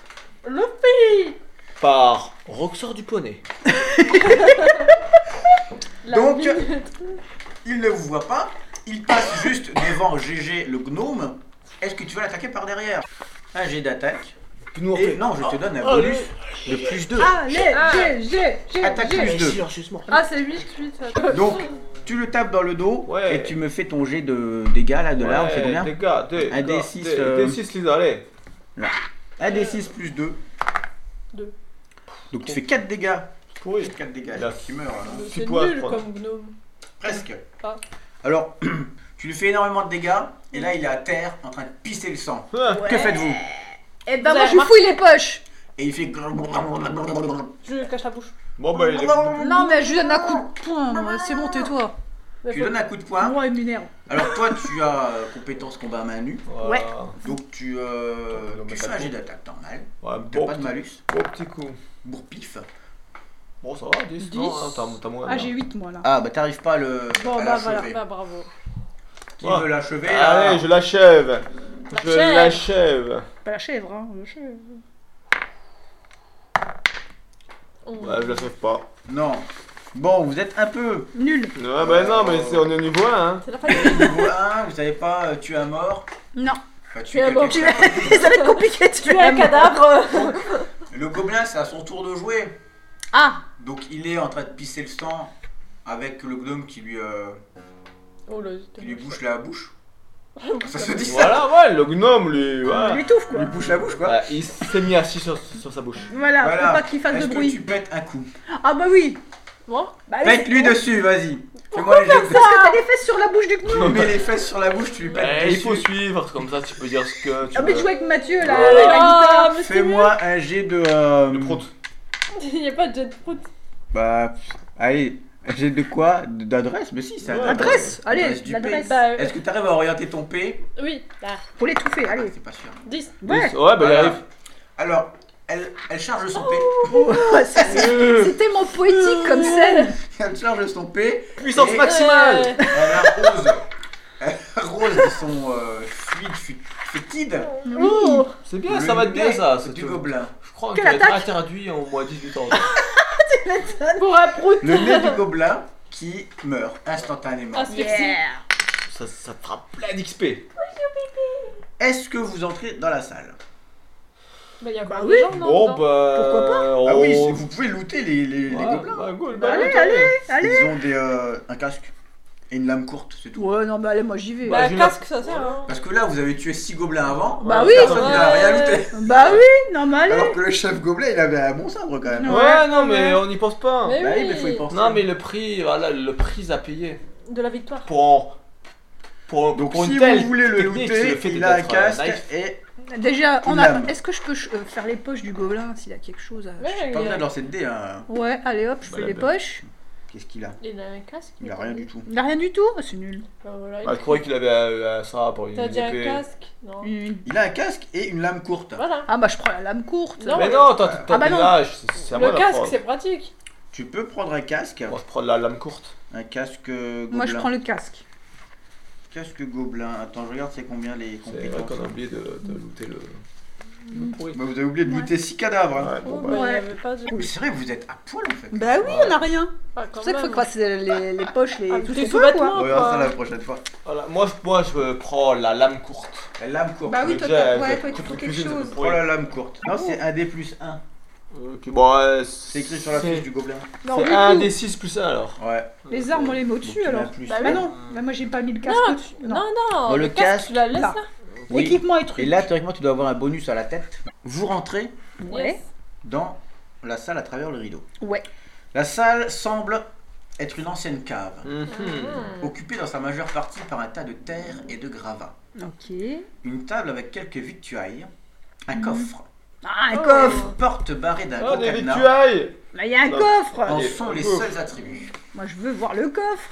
Speaker 2: Le
Speaker 3: Par Roxor du Poney.
Speaker 2: La
Speaker 1: Donc- euh,
Speaker 2: minute.
Speaker 1: Il ne vous voit pas, il passe juste devant GG le gnome. Est-ce que tu vas l'attaquer par derrière Un jet d'attaque. Et non, je te donne un bonus de plus 2.
Speaker 4: Allez,
Speaker 2: Ah.
Speaker 4: j'ai, j'ai,
Speaker 1: Attaque
Speaker 4: j'ai, j'ai.
Speaker 1: plus 2.
Speaker 2: Ah, c'est 8, 8.
Speaker 1: Donc, tu le tapes dans le dos
Speaker 3: Ouais.
Speaker 1: et tu me fais ton jet de dégâts là, de là, on fait combien
Speaker 3: Des gars, des
Speaker 1: Un
Speaker 3: gars,
Speaker 1: D6,
Speaker 3: des-
Speaker 1: euh,
Speaker 3: des six, Lisa, allez.
Speaker 1: Un des 6 plus 2.
Speaker 2: Deux.
Speaker 1: Donc tu fais 4 dégâts.
Speaker 3: Pourri.
Speaker 1: 4 dégâts,
Speaker 3: Là.
Speaker 1: qui meurt là.
Speaker 3: Tu
Speaker 2: C'est
Speaker 3: pourras
Speaker 2: nul
Speaker 3: prendre.
Speaker 2: comme gnome.
Speaker 1: Presque.
Speaker 2: Ah.
Speaker 1: Alors, tu lui fais énormément de dégâts et là il est à terre en train de pisser le sang.
Speaker 3: Ah,
Speaker 1: Que
Speaker 4: Ouais.
Speaker 1: faites-vous
Speaker 4: Eh ben,
Speaker 2: Vous
Speaker 4: moi,
Speaker 2: avez
Speaker 4: je lui fouille les poches.
Speaker 1: Et il fait. Tu
Speaker 2: Je lui cache la bouche.
Speaker 3: Bon, bah, il est.
Speaker 4: Non, mais je lui donne un coup de poing, moi. C'est bon, tais-toi.
Speaker 2: Mais faut-
Speaker 1: donnes un coup de poing.
Speaker 4: Moi, il m'énerve. Ah,
Speaker 1: Alors toi, tu as euh, compétence combat à main nue.
Speaker 4: Ouais.
Speaker 1: Donc tu, euh,
Speaker 3: Attends,
Speaker 1: tu
Speaker 3: mais
Speaker 1: fais
Speaker 3: t'as
Speaker 1: un
Speaker 3: pas-
Speaker 1: jet d'attaque normal.
Speaker 3: Ouais,
Speaker 1: T'as
Speaker 3: bon,
Speaker 1: pas de
Speaker 3: petit-
Speaker 1: malus.
Speaker 3: bon petit coup.
Speaker 1: Bourpif.
Speaker 3: Bon, ça va, 10.
Speaker 4: Dix.
Speaker 3: Non, hein, t'as t'as moins.
Speaker 4: Ah,
Speaker 3: là.
Speaker 4: j'ai 8, moi, là.
Speaker 1: Ah bah t'arrives pas à le.
Speaker 4: Bon,
Speaker 1: à
Speaker 4: bah,
Speaker 1: l'achever.
Speaker 2: Bah, bravo.
Speaker 1: Qui
Speaker 3: Ah Ouais.
Speaker 1: veut l'achever là
Speaker 3: Allez, je l'achève. Je
Speaker 2: L'achève.
Speaker 3: l'achève.
Speaker 4: Pas la chèvre, hein. la chèvre.
Speaker 2: On-
Speaker 3: Ouais, je l'achève pas.
Speaker 1: Non. Bon, vous êtes un peu.
Speaker 4: Nul.
Speaker 3: Ouais, bah, non, mais c'est- on est au niveau 1. Hein.
Speaker 2: C'est la famille.
Speaker 1: Niveau 1, vous savez pas euh, tuer un mort.
Speaker 4: Non.
Speaker 1: Enfin,
Speaker 2: Tuer un mort.
Speaker 1: quelqu'un qui a pas de-
Speaker 4: Ça va être compliqué, tu
Speaker 2: Tu as un cadavre.
Speaker 1: Le gobelin, c'est à son tour de jouer.
Speaker 4: Ah,
Speaker 1: Donc il est en train de pisser le sang avec le gnome qui lui, euh,
Speaker 2: Oh là,
Speaker 1: qui lui bouche la bouche. Ça se dit ça
Speaker 3: Voilà, ouais, le gnome, lui.
Speaker 4: on
Speaker 3: Ouais.
Speaker 4: lui touffe,
Speaker 1: Il
Speaker 4: quoi.
Speaker 1: lui bouche la bouche quoi.
Speaker 3: Ouais, il s'est mis assis sur, sur sa bouche.
Speaker 4: Voilà,
Speaker 1: Voilà.
Speaker 4: faut pas qu'il fasse
Speaker 1: Est-ce
Speaker 4: de
Speaker 1: que
Speaker 4: bruit.
Speaker 1: tu pètes un coup
Speaker 4: Ah, bah oui.
Speaker 2: Moi
Speaker 4: Bah, oui,
Speaker 1: Pète-lui
Speaker 4: c'est-
Speaker 1: dessus, vas-y. Fais-moi les jeux.
Speaker 4: Parce que t'as les fesses sur la bouche du
Speaker 1: Tu
Speaker 4: gnome.
Speaker 1: mets les fesses sur la bouche, tu lui pètes
Speaker 3: Ouais, Eh, il
Speaker 1: dessus.
Speaker 3: faut suivre, comme ça tu peux dire ce que tu
Speaker 4: Ah, mais
Speaker 3: veux.
Speaker 4: tu joues avec Mathieu, là,
Speaker 3: Ouais.
Speaker 4: avec la guitare.
Speaker 2: Ah, mais c'est mieux.
Speaker 1: Fais-moi un jet de. euh,
Speaker 3: Le prout.
Speaker 2: Il n'y a pas de jet de prout.
Speaker 1: Bah, pff, allez, un jet de quoi De- D'adresse Mais si, c'est un-
Speaker 3: Ouais.
Speaker 4: L'adresse, allez,
Speaker 1: L'adresse Oh. du
Speaker 4: l'adresse.
Speaker 2: Bah, euh,
Speaker 1: Est-ce que t'arrives à orienter ton P Ah,
Speaker 2: oui. bah, Là,
Speaker 4: Faut l'étouffer, allez.
Speaker 1: C'est pas sûr.
Speaker 2: 10.
Speaker 4: Ouais.
Speaker 3: Dix. Ouais, bah,
Speaker 1: Voilà.
Speaker 3: il arrive.
Speaker 1: Alors, elle, elle charge son P.
Speaker 4: Ça, c'est
Speaker 3: Euh,
Speaker 4: c'est tellement poétique
Speaker 2: Oh.
Speaker 4: comme
Speaker 2: Euh,
Speaker 4: scène.
Speaker 1: Elle charge son P.
Speaker 3: Puissance
Speaker 4: Euh.
Speaker 1: Et-
Speaker 3: maximale
Speaker 2: Ouais.
Speaker 1: Elle arrose, elle arrose de son euh, fluide fu- fétide
Speaker 2: Oh.
Speaker 3: C'est bien,
Speaker 1: le
Speaker 3: ça va être bien
Speaker 1: nez
Speaker 3: ça. c'est-
Speaker 1: du gobelin.
Speaker 3: Je crois que
Speaker 4: Quelle
Speaker 3: tu vas être
Speaker 4: attaque
Speaker 3: interdit en au moins 18 ans.
Speaker 2: Pour un prout.
Speaker 1: Le nez du gobelin qui meurt instantanément.
Speaker 4: Ah.
Speaker 2: Asphyxie.
Speaker 3: ça, ça te fera plein d'XP.
Speaker 1: Est-ce que vous entrez dans la salle
Speaker 2: Bah, il y a
Speaker 4: Bah
Speaker 2: encore
Speaker 4: oui.
Speaker 2: des gens, non
Speaker 3: Bon,
Speaker 2: dedans
Speaker 3: bah.
Speaker 4: Pourquoi
Speaker 3: pas
Speaker 1: Ah oui, c'est- vous pouvez looter les, les- les gobelins.
Speaker 3: Bah, go,
Speaker 4: Bah,
Speaker 3: bah,
Speaker 4: allez,
Speaker 3: attends.
Speaker 4: allez. Allez.
Speaker 1: Ils ont des, euh, un casque et une lame courte, c'est tout.
Speaker 4: Ouais, non, mais allez, moi j'y vais.
Speaker 3: Bah,
Speaker 2: Bah,
Speaker 3: j'ai
Speaker 2: casque, ça sert. hein.
Speaker 1: Parce que là, vous avez tué 6 gobelins avant.
Speaker 4: Bah
Speaker 3: Ouais,
Speaker 4: oui.
Speaker 1: Personne n'a
Speaker 2: Ouais.
Speaker 1: rien looté.
Speaker 4: Bah oui, non, mais allez.
Speaker 1: Alors que le chef gobelin, il avait un bon sabre quand même.
Speaker 4: Non.
Speaker 3: Ouais, non, mais on n'y pense pas.
Speaker 2: Mais
Speaker 1: Bah oui,
Speaker 2: Eh oui.
Speaker 1: mais faut y penser.
Speaker 3: Non, mais le prix, voilà, le prix à payer.
Speaker 2: De la victoire.
Speaker 3: Pour en- Pour,
Speaker 1: Donc
Speaker 3: pour
Speaker 1: si
Speaker 3: une telle
Speaker 1: vous voulez le
Speaker 3: technique, c'est
Speaker 1: looter,
Speaker 3: fait
Speaker 1: il a un
Speaker 3: d'être, euh,
Speaker 1: casque
Speaker 3: naïf.
Speaker 1: et...
Speaker 4: Déjà, on
Speaker 1: Une
Speaker 4: a.
Speaker 1: lame.
Speaker 4: Est-ce que je peux euh, faire les poches du gobelin s'il a quelque chose à.
Speaker 2: Ouais,
Speaker 1: Pas
Speaker 2: il,
Speaker 1: besoin de
Speaker 2: a...
Speaker 1: lancer de dés, hein.
Speaker 4: Ouais, allez hop, je
Speaker 3: Bah,
Speaker 4: fais
Speaker 3: la
Speaker 4: les
Speaker 3: dame.
Speaker 4: poches.
Speaker 1: Qu'est-ce qu'il a
Speaker 2: il a un casque.
Speaker 1: Il a rien du tout.
Speaker 4: Il a rien du tout, Ah, c'est nul.
Speaker 2: Bah, voilà, il-
Speaker 3: Bah, je croyais qu'il avait euh, ça pour une
Speaker 2: T'as dit un
Speaker 3: épée.
Speaker 2: casque Non.
Speaker 4: Une-
Speaker 1: Il a un casque et une lame courte.
Speaker 2: Voilà.
Speaker 4: Ah bah je prends la lame courte.
Speaker 2: Non.
Speaker 3: Mais non, t'as t'as
Speaker 4: Ah bah
Speaker 3: ton
Speaker 4: non.
Speaker 3: âge, c'est- c'est à moi
Speaker 2: Le
Speaker 3: de
Speaker 2: casque,
Speaker 3: prendre.
Speaker 2: c'est pratique.
Speaker 1: Tu peux prendre un casque,
Speaker 3: Moi, je prends la lame courte.
Speaker 1: un casque euh, gobelin.
Speaker 4: Moi je prends le casque.
Speaker 1: Casque gobelin. Attends, je regarde c'est combien les
Speaker 3: C'est vrai
Speaker 1: compétences.
Speaker 3: qu'on a oublié de, de looter le. le pourri.
Speaker 1: Bah, vous avez oublié de looter 6 cadavres. hein.
Speaker 3: Ouais, bon,
Speaker 2: Oh,
Speaker 3: bah.
Speaker 2: bah, il y
Speaker 4: Ouais.
Speaker 2: avait pas de.
Speaker 1: Mais c'est vrai, vous êtes à poil en fait.
Speaker 4: Bah oui, on a rien.
Speaker 2: Ah,
Speaker 4: C'est
Speaker 2: quand
Speaker 4: pour ça qu'il faut
Speaker 2: même.
Speaker 4: que fasse les, les- les poches, les
Speaker 2: Ah,
Speaker 4: tout
Speaker 2: t'es
Speaker 4: ce qu'on
Speaker 2: sous
Speaker 4: peut,
Speaker 2: vêtements.
Speaker 1: On
Speaker 4: quoi.
Speaker 1: regarde ça la prochaine fois.
Speaker 3: Voilà, moi, je- moi, je prends la lame courte.
Speaker 1: La lame courte.
Speaker 4: Bah oui,
Speaker 3: Le
Speaker 4: toi,
Speaker 3: jet,
Speaker 4: t'as- ouais,
Speaker 3: le
Speaker 4: toi, il te
Speaker 3: truc
Speaker 4: faut
Speaker 3: de
Speaker 4: quelque
Speaker 3: cuisine,
Speaker 4: chose.
Speaker 3: c'est
Speaker 1: Oh la lame courte. Non, c'est un d plus 1.
Speaker 3: Ok, bon, ouais,
Speaker 1: C'est écrit sur la fiche du gobelin.
Speaker 4: Non,
Speaker 3: C'est
Speaker 4: du
Speaker 3: un
Speaker 4: coup,
Speaker 3: des 6 plus 1 alors.
Speaker 1: Ouais.
Speaker 4: Bah, Les armes, on les met
Speaker 1: Donc,
Speaker 4: au-dessus
Speaker 1: tu mets un
Speaker 4: alors.
Speaker 1: plus.
Speaker 4: Bah
Speaker 1: Ouais.
Speaker 4: non, bah, moi j'ai pas mis le casque.
Speaker 2: Non,
Speaker 4: au-dessus.
Speaker 2: Non, non,
Speaker 1: Bon, le casque,
Speaker 2: tu la laisses
Speaker 4: là.
Speaker 2: là.
Speaker 1: Oui.
Speaker 4: Équipement et
Speaker 1: Et
Speaker 4: trucs.
Speaker 1: là, théoriquement, tu dois avoir un bonus à la tête. Vous rentrez
Speaker 4: Ouais.
Speaker 2: Yes.
Speaker 1: dans la salle à travers le rideau.
Speaker 4: Ouais.
Speaker 1: La salle semble être une ancienne cave,
Speaker 3: Mhm.
Speaker 1: occupée dans sa majeure partie par un tas de terre et de gravats,
Speaker 4: Ok.
Speaker 1: une table avec quelques victuailles, un
Speaker 4: Mhm.
Speaker 1: coffre,
Speaker 4: Ah, un
Speaker 2: Oh.
Speaker 4: coffre
Speaker 1: une porte barrée d'un
Speaker 3: Ah,
Speaker 1: gros
Speaker 3: des
Speaker 1: cadenas,
Speaker 3: victuailles
Speaker 4: Bah, il y a un
Speaker 3: Non.
Speaker 4: coffre
Speaker 1: en
Speaker 3: Allez,
Speaker 1: sont
Speaker 3: un
Speaker 1: les
Speaker 3: coffre.
Speaker 1: seuls attributs.
Speaker 4: Moi, je veux voir le coffre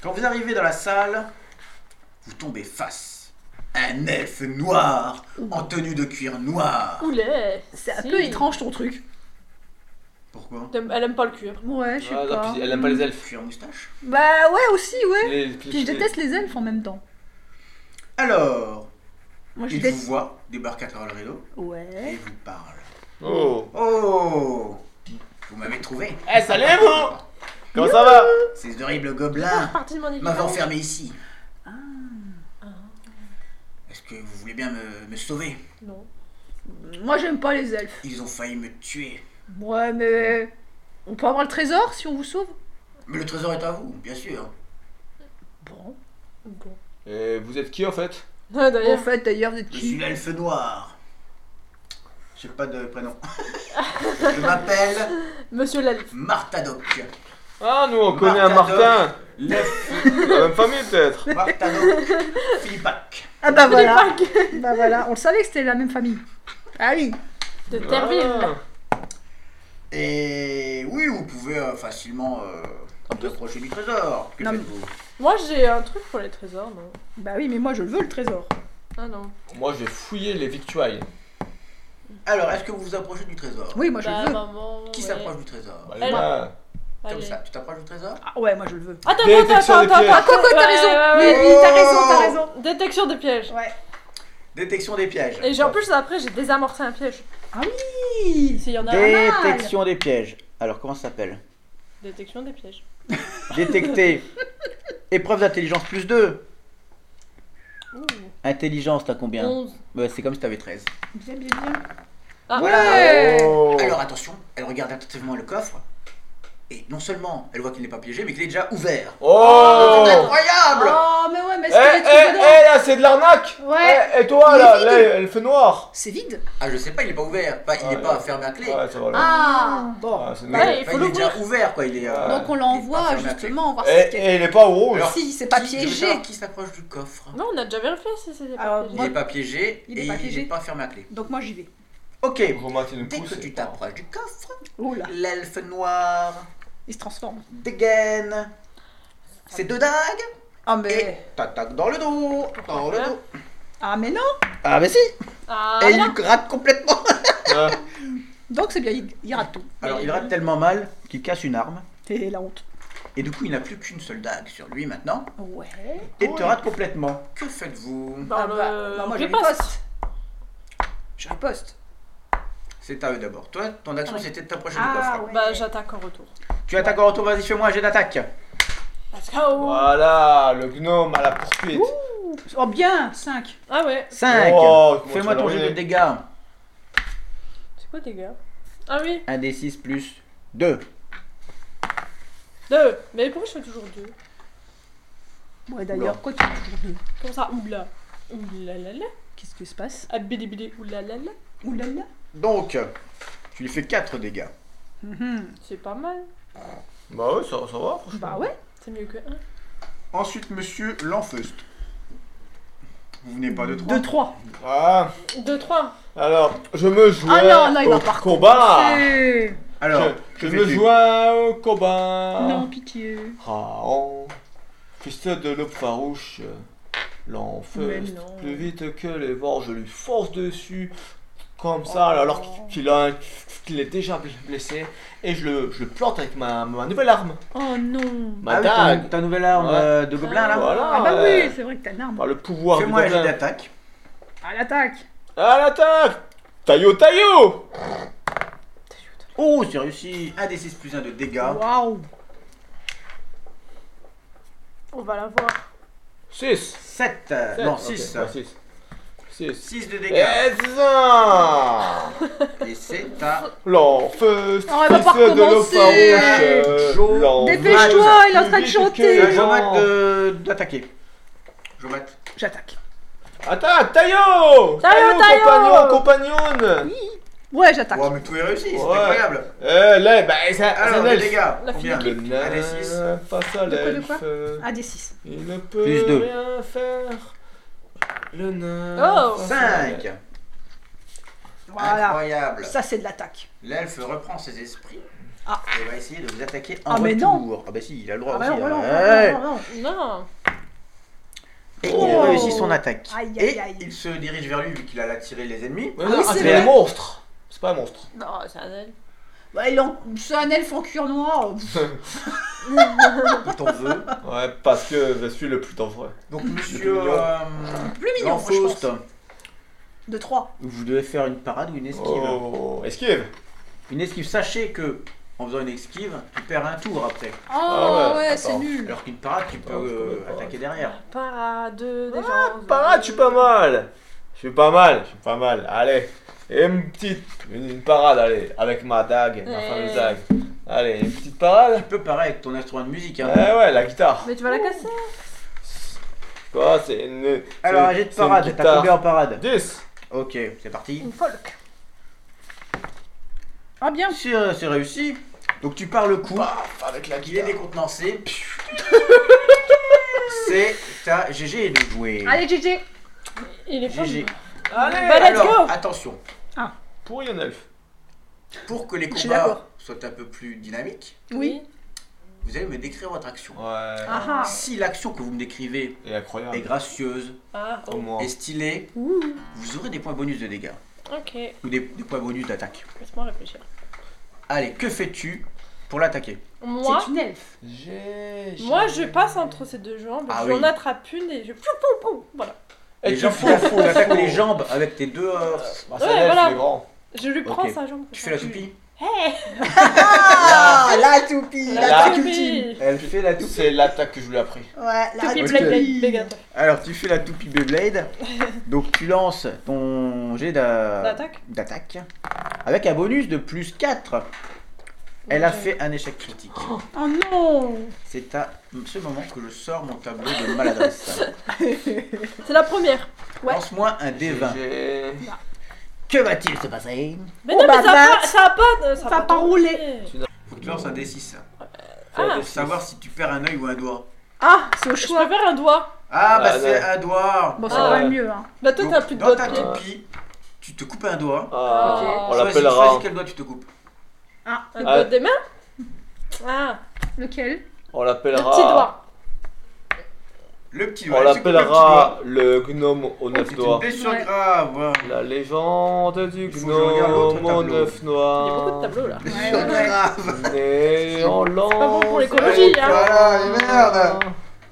Speaker 1: Quand vous arrivez dans la salle, vous tombez face à un elfe noir en tenue de cuir noir.
Speaker 2: Oulais
Speaker 4: C'est un
Speaker 2: Si.
Speaker 4: peu étrange ton truc.
Speaker 1: Pourquoi
Speaker 2: T'aimes- Elle aime pas le cuir.
Speaker 4: Ouais, je sais
Speaker 3: Ah, non,
Speaker 4: pas.
Speaker 3: puis Elle aime pas les elfes.
Speaker 1: Cuir moustache
Speaker 4: Bah, ouais, aussi, ouais.
Speaker 3: Les-
Speaker 4: Puis je déteste les elfes en même temps.
Speaker 1: Alors,
Speaker 4: Moi, je
Speaker 1: il vous
Speaker 4: déteste.
Speaker 1: voit débarquer à travers le rideau et
Speaker 4: Ouais.
Speaker 1: vous parle.
Speaker 3: Oh
Speaker 1: Oh Vous m'avez trouvé
Speaker 3: Eh, salut vous Comment ça va
Speaker 1: Ces horribles gobelins
Speaker 2: Partie de mon équipe.
Speaker 1: m'avaient Ah,
Speaker 4: Ah
Speaker 1: enfermé ici. Ah. Est-ce que vous voulez bien me, me sauver
Speaker 2: Non.
Speaker 4: Moi, j'aime pas les elfes.
Speaker 1: Ils ont failli me tuer.
Speaker 4: Ouais, mais. On peut avoir le trésor si on vous sauve
Speaker 1: Mais le trésor est à vous, bien sûr.
Speaker 4: Bon.
Speaker 2: Bon.
Speaker 3: Et Eh, vous êtes qui en fait
Speaker 2: Ah,
Speaker 4: En
Speaker 2: D'ailleurs,
Speaker 4: fait, d'ailleurs, vous êtes
Speaker 1: Je suis
Speaker 4: qui
Speaker 1: l'elfe noir. J'ai pas de prénom. Je m'appelle
Speaker 2: monsieur l'elfe.
Speaker 1: Martadoc.
Speaker 3: Ah, nous on connaît un
Speaker 1: Martin
Speaker 3: Martin
Speaker 1: L'elfe
Speaker 3: La même famille peut-être
Speaker 1: Martadoc Philippac.
Speaker 4: Ah, bah voilà. bah voilà, on le savait que c'était la même famille. Ah oui.
Speaker 2: De
Speaker 3: Ah.
Speaker 2: Terville.
Speaker 1: Et oui, vous pouvez euh, facilement euh, vous approcher du trésor. Que
Speaker 4: Non, mais-
Speaker 1: faites-vous
Speaker 2: Moi j'ai un truc pour les trésors, non
Speaker 4: Bah oui, mais moi, je le veux le trésor.
Speaker 2: Ah non.
Speaker 3: Ah. Moi je vais fouiller les victuailles.
Speaker 1: Alors, est-ce que vous vous approchez du trésor
Speaker 4: Oui, moi, je
Speaker 2: Bah
Speaker 4: le veux.
Speaker 2: maman.
Speaker 1: Qui
Speaker 2: ouais.
Speaker 1: s'approche du trésor
Speaker 3: Bah,
Speaker 2: Elle-
Speaker 3: là.
Speaker 1: Comme
Speaker 2: Allez.
Speaker 1: ça, tu t'approches du trésor
Speaker 4: Ah, ouais, moi, je le veux.
Speaker 2: Attends, attends,
Speaker 3: Détection
Speaker 2: attends,
Speaker 3: des
Speaker 2: attends,
Speaker 3: pièges.
Speaker 2: attends,
Speaker 4: Coco, t'as raison.
Speaker 2: ouais, Oh.
Speaker 4: Oui,
Speaker 2: ouais,
Speaker 4: oui, t'as raison, t'as raison.
Speaker 2: ouais. Détection de pièges.
Speaker 4: Ouais.
Speaker 1: Détection des pièges.
Speaker 2: Et j'ai- en plus après j'ai désamorcé un piège. S'il y en a un.
Speaker 1: Détection des pièges. Alors, comment ça s'appelle
Speaker 2: Détection des pièges.
Speaker 1: Détecter. Épreuve d'intelligence plus 2.
Speaker 2: Ouh.
Speaker 1: Intelligence, t'as combien
Speaker 2: 11.
Speaker 1: Bah, C'est comme si t'avais 13.
Speaker 4: Bien, bien, bien.
Speaker 2: Ah,
Speaker 4: Ouais.
Speaker 3: Oh.
Speaker 1: Alors attention, elle regarde attentivement le coffre. Et non seulement elle voit qu'il n'est pas piégé, mais qu'il est déjà ouvert.
Speaker 3: Oh
Speaker 1: C'est incroyable
Speaker 4: Oh, mais ouais, mais
Speaker 3: Eh, eh,
Speaker 4: est-ce qu'il y a des trucs
Speaker 3: eh,
Speaker 4: dedans
Speaker 3: là c'est de l'arnaque
Speaker 4: Ouais.
Speaker 3: Eh, Et toi
Speaker 4: Mais
Speaker 3: là,
Speaker 4: vide.
Speaker 3: là, elle fait noir
Speaker 4: C'est vide
Speaker 1: Ah, je sais pas, il est pas ouvert. Enfin, il
Speaker 3: Ah,
Speaker 1: n'est pas
Speaker 3: là.
Speaker 1: fermé à clé.
Speaker 3: Ouais, ça va là.
Speaker 4: Ah Bon.
Speaker 3: Ah, c'est
Speaker 1: Mais,
Speaker 3: noir.
Speaker 2: Ouais, il
Speaker 1: enfin,
Speaker 2: faut
Speaker 1: il est déjà
Speaker 2: l'ouvrir.
Speaker 1: ouvert, quoi. Il est, euh,
Speaker 4: Donc on
Speaker 1: il est pas
Speaker 4: l'envoie
Speaker 1: fermé à clé.
Speaker 4: justement voir
Speaker 3: Eh,
Speaker 4: si
Speaker 3: eh, il est pas au rouge
Speaker 1: Alors,
Speaker 4: si c'est pas
Speaker 1: Qui- je veux
Speaker 4: piégé.
Speaker 1: savoir Qui s'approche du coffre
Speaker 2: Non, on a déjà vérifié si c'était
Speaker 4: Alors,
Speaker 2: pas
Speaker 1: Il
Speaker 2: piégé.
Speaker 1: n'est pas piégé
Speaker 4: Il est
Speaker 1: et
Speaker 4: pas
Speaker 1: il
Speaker 4: piégé.
Speaker 1: n'est pas fermé à clé.
Speaker 4: Donc moi j'y vais.
Speaker 1: Ok,
Speaker 3: Romain, tu nous
Speaker 1: dès que
Speaker 3: pousses.
Speaker 1: tu t'approches du coffre,
Speaker 4: Oh là,
Speaker 1: l'elfe noir
Speaker 4: il se transforme.
Speaker 1: dégaine ses deux dagues
Speaker 4: Ah
Speaker 1: et
Speaker 4: mais
Speaker 1: t'attaque dans le dos, dans le dos.
Speaker 4: ah mais non.
Speaker 1: Ah mais si
Speaker 2: Ah,
Speaker 1: Et
Speaker 2: non.
Speaker 1: il rate complètement
Speaker 3: Ah.
Speaker 4: Donc c'est bien, il, il rate tout.
Speaker 1: Alors il rate tellement mal qu'il casse une arme.
Speaker 4: C'est la honte.
Speaker 1: Et du coup, il n'a plus qu'une seule dague sur lui maintenant.
Speaker 4: Ouais.
Speaker 1: Et
Speaker 3: Oui.
Speaker 1: te rate complètement. Que faites-vous
Speaker 2: Bah,
Speaker 4: Ah
Speaker 2: le-
Speaker 4: bah, bah, moi
Speaker 2: on
Speaker 4: je
Speaker 2: riposte.
Speaker 4: riposte. Je riposte.
Speaker 1: C'est à eux d'abord. Toi, ton action,
Speaker 4: Ah ouais.
Speaker 1: c'était de t'approcher du
Speaker 4: Ah
Speaker 1: coffre.
Speaker 4: ouais.
Speaker 2: Bah j'attaque en retour.
Speaker 1: Tu attaques en retour, vas-y, fais-moi un jet d'attaque.
Speaker 2: Let's go.
Speaker 3: Voilà, le gnome à la poursuite.
Speaker 4: Oh bien, 5.
Speaker 2: Ah ouais.
Speaker 1: 5.
Speaker 3: Oh, comment
Speaker 1: fais-moi
Speaker 3: tu l'as
Speaker 1: ton jet de
Speaker 3: ruiné.
Speaker 1: dégâts.
Speaker 2: C'est quoi tes gars Ah oui.
Speaker 1: 1 des 6 plus 2.
Speaker 2: Deux. Mais pourquoi je fais toujours deux
Speaker 4: Ouais d'ailleurs, quoi tu toujours deux
Speaker 2: Comment ça Oula. Oulalala.
Speaker 4: Qu'est-ce qui se passe
Speaker 2: Ah bidi bidi. Oulalala.
Speaker 4: Ouh là là.
Speaker 1: Donc, tu lui fais 4 dégâts.
Speaker 4: Mhm.
Speaker 2: C'est pas mal.
Speaker 3: Bah ouais, ça, ça va,
Speaker 2: Oh,
Speaker 3: franchement.
Speaker 4: Bah ouais.
Speaker 2: C'est mieux que un.
Speaker 1: Ensuite, monsieur Lanfeust. Vous venez pas de 3
Speaker 4: 2 3.
Speaker 3: Ah,
Speaker 2: Deux, trois.
Speaker 3: alors, je me joins
Speaker 4: Ah non, non, il
Speaker 3: au
Speaker 4: va Euh, pas
Speaker 5: Ah.
Speaker 3: combat.
Speaker 4: recommencer.
Speaker 1: Alors,
Speaker 3: je
Speaker 1: que
Speaker 3: je me
Speaker 1: fais-tu
Speaker 3: joins au
Speaker 5: Ah.
Speaker 3: combat.
Speaker 4: Non, pitié.
Speaker 3: Raon, fils de l'aube farouche,
Speaker 2: Mais
Speaker 3: l'enfeu,
Speaker 2: non.
Speaker 3: plus vite que les vents, je lui force dessus, comme ça,
Speaker 4: Oh.
Speaker 3: alors qu'il a un- qu'il est déjà blessé, et je le, je le plante avec ma, ma nouvelle arme,
Speaker 2: Oh non.
Speaker 3: ma
Speaker 1: Ah oui, ton-
Speaker 3: dague.
Speaker 1: ta nouvelle arme
Speaker 3: Ouais.
Speaker 1: euh, de gobelin là
Speaker 3: Voilà.
Speaker 4: Ah bah
Speaker 3: euh,
Speaker 4: oui, c'est vrai que t'as une arme.
Speaker 3: Par le pouvoir du
Speaker 1: Fais-moi un jet
Speaker 3: gobelin.
Speaker 1: d'attaque.
Speaker 4: À l'attaque.
Speaker 3: À l'attaque Taillot, taillot
Speaker 1: Oh, c'est réussi 1 des 6 plus 1 de
Speaker 5: Ah.
Speaker 1: dégâts.
Speaker 4: Waouh.
Speaker 2: On va la voir.
Speaker 3: 6
Speaker 1: 7. non, 6.
Speaker 3: 6. 6.
Speaker 1: 6 de dégâts.
Speaker 3: Et ça
Speaker 1: Et c'est à
Speaker 3: L'enfeu, fils
Speaker 4: Oh, elle va pas
Speaker 3: de l'aube
Speaker 4: recommencer.
Speaker 3: farouche,
Speaker 1: Jo-
Speaker 3: l'enfeu,
Speaker 4: Dépêche-toi, il est en train de
Speaker 3: plus vite
Speaker 4: chanter.
Speaker 3: que
Speaker 1: C'est
Speaker 3: les
Speaker 1: à
Speaker 3: vents.
Speaker 1: Jomat de- d'attaquer. Jomat.
Speaker 4: J'attaque.
Speaker 3: Attaque, taillot
Speaker 2: Taillot, taillot
Speaker 3: compagnon, compagnonne
Speaker 4: Ouais, j'attaque.
Speaker 5: Ouais, mais tout est réussi, c'est
Speaker 3: Ouais.
Speaker 5: incroyable.
Speaker 3: Euh, là, bah, c'est un,
Speaker 5: Alors,
Speaker 3: c'est un
Speaker 5: les
Speaker 3: elfe.
Speaker 5: dégâts,
Speaker 2: La
Speaker 5: combien
Speaker 3: Le
Speaker 5: Allez, six.
Speaker 3: nain face à
Speaker 4: De quoi, de
Speaker 3: l'elfe.
Speaker 4: quoi
Speaker 3: euh,
Speaker 4: Ah, des 6.
Speaker 3: Il ne peut
Speaker 1: Plus deux.
Speaker 3: rien faire. Le nain.
Speaker 2: Oh.
Speaker 3: face à l'elfe.
Speaker 5: 5
Speaker 4: Voilà.
Speaker 5: Incroyable.
Speaker 4: Ça, c'est de l'attaque.
Speaker 5: L'elfe reprend ses esprits
Speaker 4: Ah.
Speaker 5: et va essayer de vous attaquer en
Speaker 4: Ah, mais non.
Speaker 5: retour. Ah bah si, il a le droit
Speaker 4: Ah, bah
Speaker 5: aussi.
Speaker 4: non, bah non,
Speaker 5: hein.
Speaker 4: non, non, non, non.
Speaker 2: Non.
Speaker 5: Et il
Speaker 4: Oh.
Speaker 5: réussit
Speaker 1: réussit
Speaker 5: son
Speaker 1: son attaque.
Speaker 4: Aïe,
Speaker 5: Et
Speaker 4: aïe, aïe.
Speaker 5: il se dirige vers lui vu qu'il a attiré les ennemis.
Speaker 3: Mais
Speaker 4: Ah
Speaker 3: non,
Speaker 4: oui,
Speaker 3: ah,
Speaker 4: c'est
Speaker 3: c'est un
Speaker 4: vrai.
Speaker 3: monstre. C'est pas un monstre.
Speaker 2: Non, c'est un elfe.
Speaker 4: Bah, il en... C'est un elfe en cuir noir. Pff,
Speaker 5: Il t'en veut.
Speaker 3: Ouais, parce que je suis le plus vrai.
Speaker 5: Donc monsieur
Speaker 3: mignon.
Speaker 5: euh,
Speaker 4: Plus mignon, moi, je
Speaker 1: L'enfauste,
Speaker 4: pense. De 3.
Speaker 1: vous devez faire une parade ou une esquive.
Speaker 3: Oh, esquive.
Speaker 1: Une esquive, sachez que en faisant une esquive, tu perds un tour après.
Speaker 4: Oh,
Speaker 3: Ah ouais,
Speaker 4: ouais,
Speaker 3: attends.
Speaker 4: c'est nul.
Speaker 1: Alors qu'une parade, tu peux
Speaker 3: Attends, Ah, je connais
Speaker 1: euh,
Speaker 3: pas.
Speaker 1: attaquer derrière.
Speaker 2: Parade des
Speaker 1: Ah,
Speaker 2: gens.
Speaker 3: Parade, je suis pas mal. Je suis pas mal, je suis pas mal. Allez, et une petite, une, une parade, allez, avec ma dague, ma
Speaker 2: Ouais.
Speaker 3: fameuse dague. Allez, une petite parade.
Speaker 1: Tu peux pareil avec ton instrument de musique.
Speaker 3: Eh
Speaker 1: Hein.
Speaker 3: ouais, la guitare.
Speaker 2: Mais tu vas la casser.
Speaker 3: Quoi, c'est une.
Speaker 1: Alors, un
Speaker 3: c'est-
Speaker 1: jet de
Speaker 3: c'est une
Speaker 1: parade, t'as
Speaker 3: guitare.
Speaker 1: combien en parade
Speaker 3: 10.
Speaker 1: Ok, c'est parti.
Speaker 2: Une folk.
Speaker 4: Ah, bien.
Speaker 1: C'est c'est réussi. Donc tu pars le coup,
Speaker 3: Paf, avec la
Speaker 1: il est
Speaker 3: guitare.
Speaker 1: décontenancé. c'est ta GG est de jouer.
Speaker 4: Allez, GG.
Speaker 2: Il est fou.
Speaker 1: GG.
Speaker 3: Allez,
Speaker 2: Bah, let's
Speaker 1: Eh, Alors,
Speaker 2: go.
Speaker 1: attention,
Speaker 3: pour un elfe.
Speaker 1: pour que les
Speaker 4: Je suis
Speaker 1: combats
Speaker 4: d'accord.
Speaker 1: soient un peu plus dynamiques,
Speaker 4: Oui.
Speaker 1: vous allez me décrire votre action.
Speaker 3: Ouais.
Speaker 4: Ah, ah.
Speaker 1: Si l'action que vous me décrivez
Speaker 3: Et incroyable.
Speaker 1: est gracieuse,
Speaker 2: Ah,
Speaker 3: Au
Speaker 2: oh.
Speaker 3: moins.
Speaker 1: est stylée,
Speaker 4: Ouh.
Speaker 1: vous aurez des points bonus de dégâts
Speaker 2: ok.
Speaker 1: ou des, des points bonus d'attaque.
Speaker 2: Laisse-moi réfléchir.
Speaker 1: Allez, que fais-tu pour l'attaquer
Speaker 2: Moi,
Speaker 4: C'est une elfe.
Speaker 3: J'ai.
Speaker 2: moi, je passe entre ces deux jambes,
Speaker 1: Ah
Speaker 2: j'en
Speaker 1: oui.
Speaker 2: attrape une et je. Pou, pou, pou. Voilà.
Speaker 3: Et
Speaker 1: Les
Speaker 3: tu
Speaker 1: jambes,
Speaker 3: fous,
Speaker 1: tu
Speaker 3: fous,
Speaker 1: attaques
Speaker 3: fous.
Speaker 1: les jambes avec tes deux. euh,
Speaker 3: Bah, c'est
Speaker 2: Ouais,
Speaker 3: un elfe,
Speaker 2: voilà.
Speaker 3: il est grand.
Speaker 2: Je lui prends
Speaker 1: Ok.
Speaker 2: sa jambe. Ah,
Speaker 1: tu fais la toupie
Speaker 2: Hey
Speaker 4: Ah, la toupie.
Speaker 3: La
Speaker 4: La toupie.
Speaker 2: toupie
Speaker 1: Elle fait la
Speaker 3: C'est l'attaque que je lui ai appris.
Speaker 4: Ouais, la
Speaker 2: Toupie
Speaker 1: Ah, Ok.
Speaker 2: Blade Blade, fais gaffe.
Speaker 1: Alors tu fais la toupie Beyblade. Donc tu lances ton jet d'a-
Speaker 2: L'attaque
Speaker 1: d'attaque avec un bonus de plus 4. Elle a fait un échec critique.
Speaker 4: Oh non.
Speaker 1: C'est à ce moment que je sors mon tableau de maladresse.
Speaker 2: C'est la première. Ouais.
Speaker 1: Lance-moi un D20.
Speaker 3: J'ai-
Speaker 1: Que va-t-il se passer
Speaker 2: Mais
Speaker 4: Oh,
Speaker 2: non,
Speaker 4: bah,
Speaker 2: mais ça a pas.
Speaker 4: vingt.
Speaker 2: Ça a pas. de- Ça a
Speaker 4: Ça a pas
Speaker 2: tourné.
Speaker 1: Faut que tu lances un D6
Speaker 2: Ah,
Speaker 1: pour savoir si tu perds un œil ou un doigt.
Speaker 4: Ah, c'est au
Speaker 2: je
Speaker 4: choix.
Speaker 2: préfère un doigt.
Speaker 1: ah
Speaker 3: Ah,
Speaker 1: bah
Speaker 3: ouais.
Speaker 1: c'est un doigt
Speaker 4: Bon, c'est
Speaker 2: Ah,
Speaker 4: quand même
Speaker 3: ouais.
Speaker 4: mieux. Hein.
Speaker 2: Bah, toi,
Speaker 1: Donc,
Speaker 2: t'as plus de
Speaker 1: dans
Speaker 2: doigts
Speaker 1: ta
Speaker 2: de pied.
Speaker 1: toupie, tu te coupes un doigt.
Speaker 3: Ah,
Speaker 2: Ah.
Speaker 3: On
Speaker 1: Choisis-
Speaker 3: l'appellera.
Speaker 1: Choisis quel doigt tu te coupes.
Speaker 4: Ah,
Speaker 2: Le
Speaker 3: Ah.
Speaker 2: doigt des mains Ah,
Speaker 4: lequel
Speaker 3: On
Speaker 2: le
Speaker 3: l'appellera.
Speaker 2: petit doigt.
Speaker 1: Le petit doigt.
Speaker 3: On
Speaker 1: elle se coupe le petit doigt. Oh,
Speaker 3: l'appellera le gnome aux neuf
Speaker 1: C'est une
Speaker 3: doigts.
Speaker 1: blessure
Speaker 4: Ouais.
Speaker 1: grave. hein. voilà.
Speaker 3: La légende du
Speaker 1: Il faut que je regarde l'autre
Speaker 3: gnome aux
Speaker 1: tableau.
Speaker 3: neuf
Speaker 2: Il
Speaker 3: noirs.
Speaker 2: y a beaucoup de tableaux là.
Speaker 1: Blessure
Speaker 4: ouais, ouais.
Speaker 1: grave.
Speaker 3: Né en l'an.
Speaker 2: pas bon pour l'écologie, hein.
Speaker 5: Voilà, les merdes.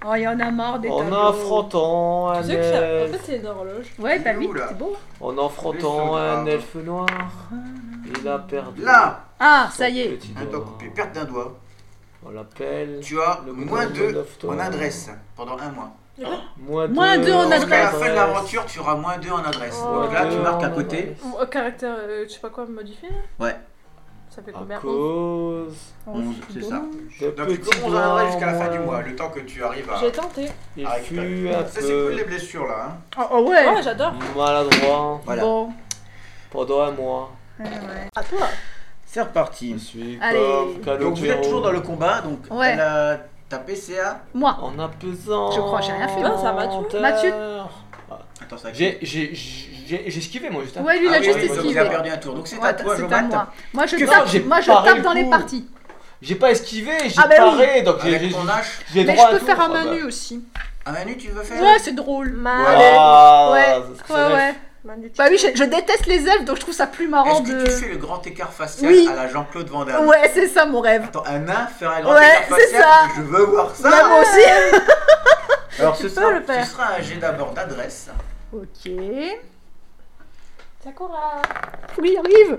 Speaker 4: Oh, il y en a marre des
Speaker 3: En
Speaker 4: tableaux.
Speaker 3: affrontant
Speaker 2: Tu
Speaker 3: un
Speaker 2: sais que ça. En fait,
Speaker 3: elfe.
Speaker 2: c'est une horloge.
Speaker 4: Ouais, bah oui,
Speaker 5: Où, là
Speaker 4: c'est beau.
Speaker 3: En affrontant
Speaker 5: Blessure
Speaker 3: un
Speaker 5: grave.
Speaker 3: elfe noir. Il a perdu.
Speaker 5: Là,
Speaker 4: Ah,
Speaker 3: son
Speaker 4: ça y est.
Speaker 3: petit
Speaker 5: un doigt
Speaker 3: doigt.
Speaker 5: coupé, perte d'un doigt.
Speaker 3: On l'appelle.
Speaker 5: Tu as
Speaker 3: le
Speaker 5: moins
Speaker 3: gnome aux
Speaker 5: 2
Speaker 3: neuf
Speaker 5: en
Speaker 3: doigts.
Speaker 5: adresse pendant un mois.
Speaker 3: Moins
Speaker 4: Moins
Speaker 3: deux
Speaker 4: deux en
Speaker 5: Jusqu'à la
Speaker 4: adresse.
Speaker 5: fin de l'aventure, tu auras moins 2 en adresse.
Speaker 2: Oh.
Speaker 5: Donc là, tu
Speaker 3: Deux
Speaker 5: marques à
Speaker 3: en
Speaker 5: côté.
Speaker 3: adresse.
Speaker 2: Ou un Caractère, euh, je sais pas quoi, modifié là
Speaker 1: Ouais.
Speaker 2: Ça fait
Speaker 3: À
Speaker 2: combien Onze
Speaker 3: cause
Speaker 4: Oh,
Speaker 1: Onze, c'est ça.
Speaker 4: dommage.
Speaker 3: de
Speaker 5: Donc tu
Speaker 3: petits
Speaker 5: commences en adresse
Speaker 3: doigts
Speaker 5: jusqu'à la fin du
Speaker 3: moins.
Speaker 5: mois, le temps que tu arrives à.
Speaker 2: Oh. J'ai tenté.
Speaker 3: Il
Speaker 5: à
Speaker 3: fut
Speaker 5: récupérer.
Speaker 3: un
Speaker 5: Ça, c'est cool les
Speaker 3: peu
Speaker 5: blessures là. hein.
Speaker 4: Oh, oh, ouais.
Speaker 2: Ouais, j'adore.
Speaker 3: maladroit
Speaker 1: Voilà.
Speaker 4: Bon.
Speaker 3: pendant un mois.
Speaker 4: Ouais, ouais.
Speaker 2: À toi.
Speaker 1: C'est
Speaker 3: Je
Speaker 1: reparti.
Speaker 3: suis
Speaker 4: Allez.
Speaker 3: comme
Speaker 1: Donc vous êtes
Speaker 3: Calogero.
Speaker 1: toujours dans le combat. Donc
Speaker 4: Ouais.
Speaker 1: elle a tapé CA.
Speaker 4: Moi.
Speaker 3: En apaisant.
Speaker 4: Je crois, j'ai rien fait.
Speaker 2: Non, ça m'a tué.
Speaker 4: M'a tué.
Speaker 1: Attends, ça.
Speaker 3: J'ai j'ai- j'ai j'ai esquivé moi juste avant.
Speaker 4: Ouais, lui, il
Speaker 1: Ah
Speaker 4: a
Speaker 1: oui,
Speaker 4: juste
Speaker 1: oui, donc
Speaker 4: esquivé.
Speaker 1: Il a perdu un tour. Donc c'est
Speaker 4: Ouais,
Speaker 1: à toi,
Speaker 4: c'est
Speaker 1: je
Speaker 4: à moi. Moi, je
Speaker 3: Que-
Speaker 4: tape,
Speaker 3: Non, j'ai
Speaker 4: moi, je
Speaker 3: paré
Speaker 4: tape
Speaker 3: le
Speaker 4: dans les
Speaker 3: coup.
Speaker 4: parties.
Speaker 3: J'ai pas esquivé, j'ai
Speaker 4: Ah, bah oui.
Speaker 3: paré, donc j'ai-
Speaker 5: Avec
Speaker 3: j'ai
Speaker 5: ton hache,
Speaker 3: j'ai
Speaker 4: Mais
Speaker 3: droit
Speaker 4: je
Speaker 3: à
Speaker 4: peux
Speaker 3: tout,
Speaker 4: faire un
Speaker 3: ça,
Speaker 4: manu
Speaker 3: bah.
Speaker 4: aussi.
Speaker 5: à Manu, tu veux faire
Speaker 4: Ouais, c'est drôle.
Speaker 2: Mal.
Speaker 3: Ah,
Speaker 4: Ouais,
Speaker 3: ça, c'est
Speaker 4: ouais,
Speaker 3: vrai.
Speaker 4: ouais. Bah oui, je, je déteste les elfes, donc je trouve ça plus marrant
Speaker 5: Est-ce que
Speaker 4: de...
Speaker 5: tu fais le grand écart facial
Speaker 4: Oui.
Speaker 5: à la Jean-Claude Van Damme
Speaker 4: Ouais, c'est ça mon rêve.
Speaker 5: Attends, un nain faire un grand
Speaker 4: Ouais,
Speaker 5: écart
Speaker 4: c'est
Speaker 5: facial
Speaker 4: ça.
Speaker 5: Je veux voir
Speaker 1: Ah
Speaker 5: ça
Speaker 4: Bah, moi aussi.
Speaker 1: Alors ce
Speaker 4: peux
Speaker 1: sera.
Speaker 4: le
Speaker 5: Ce
Speaker 4: faire.
Speaker 5: sera un jet d'abord d'adresse.
Speaker 4: Ok.
Speaker 2: Sakura.
Speaker 4: Oui, arrive.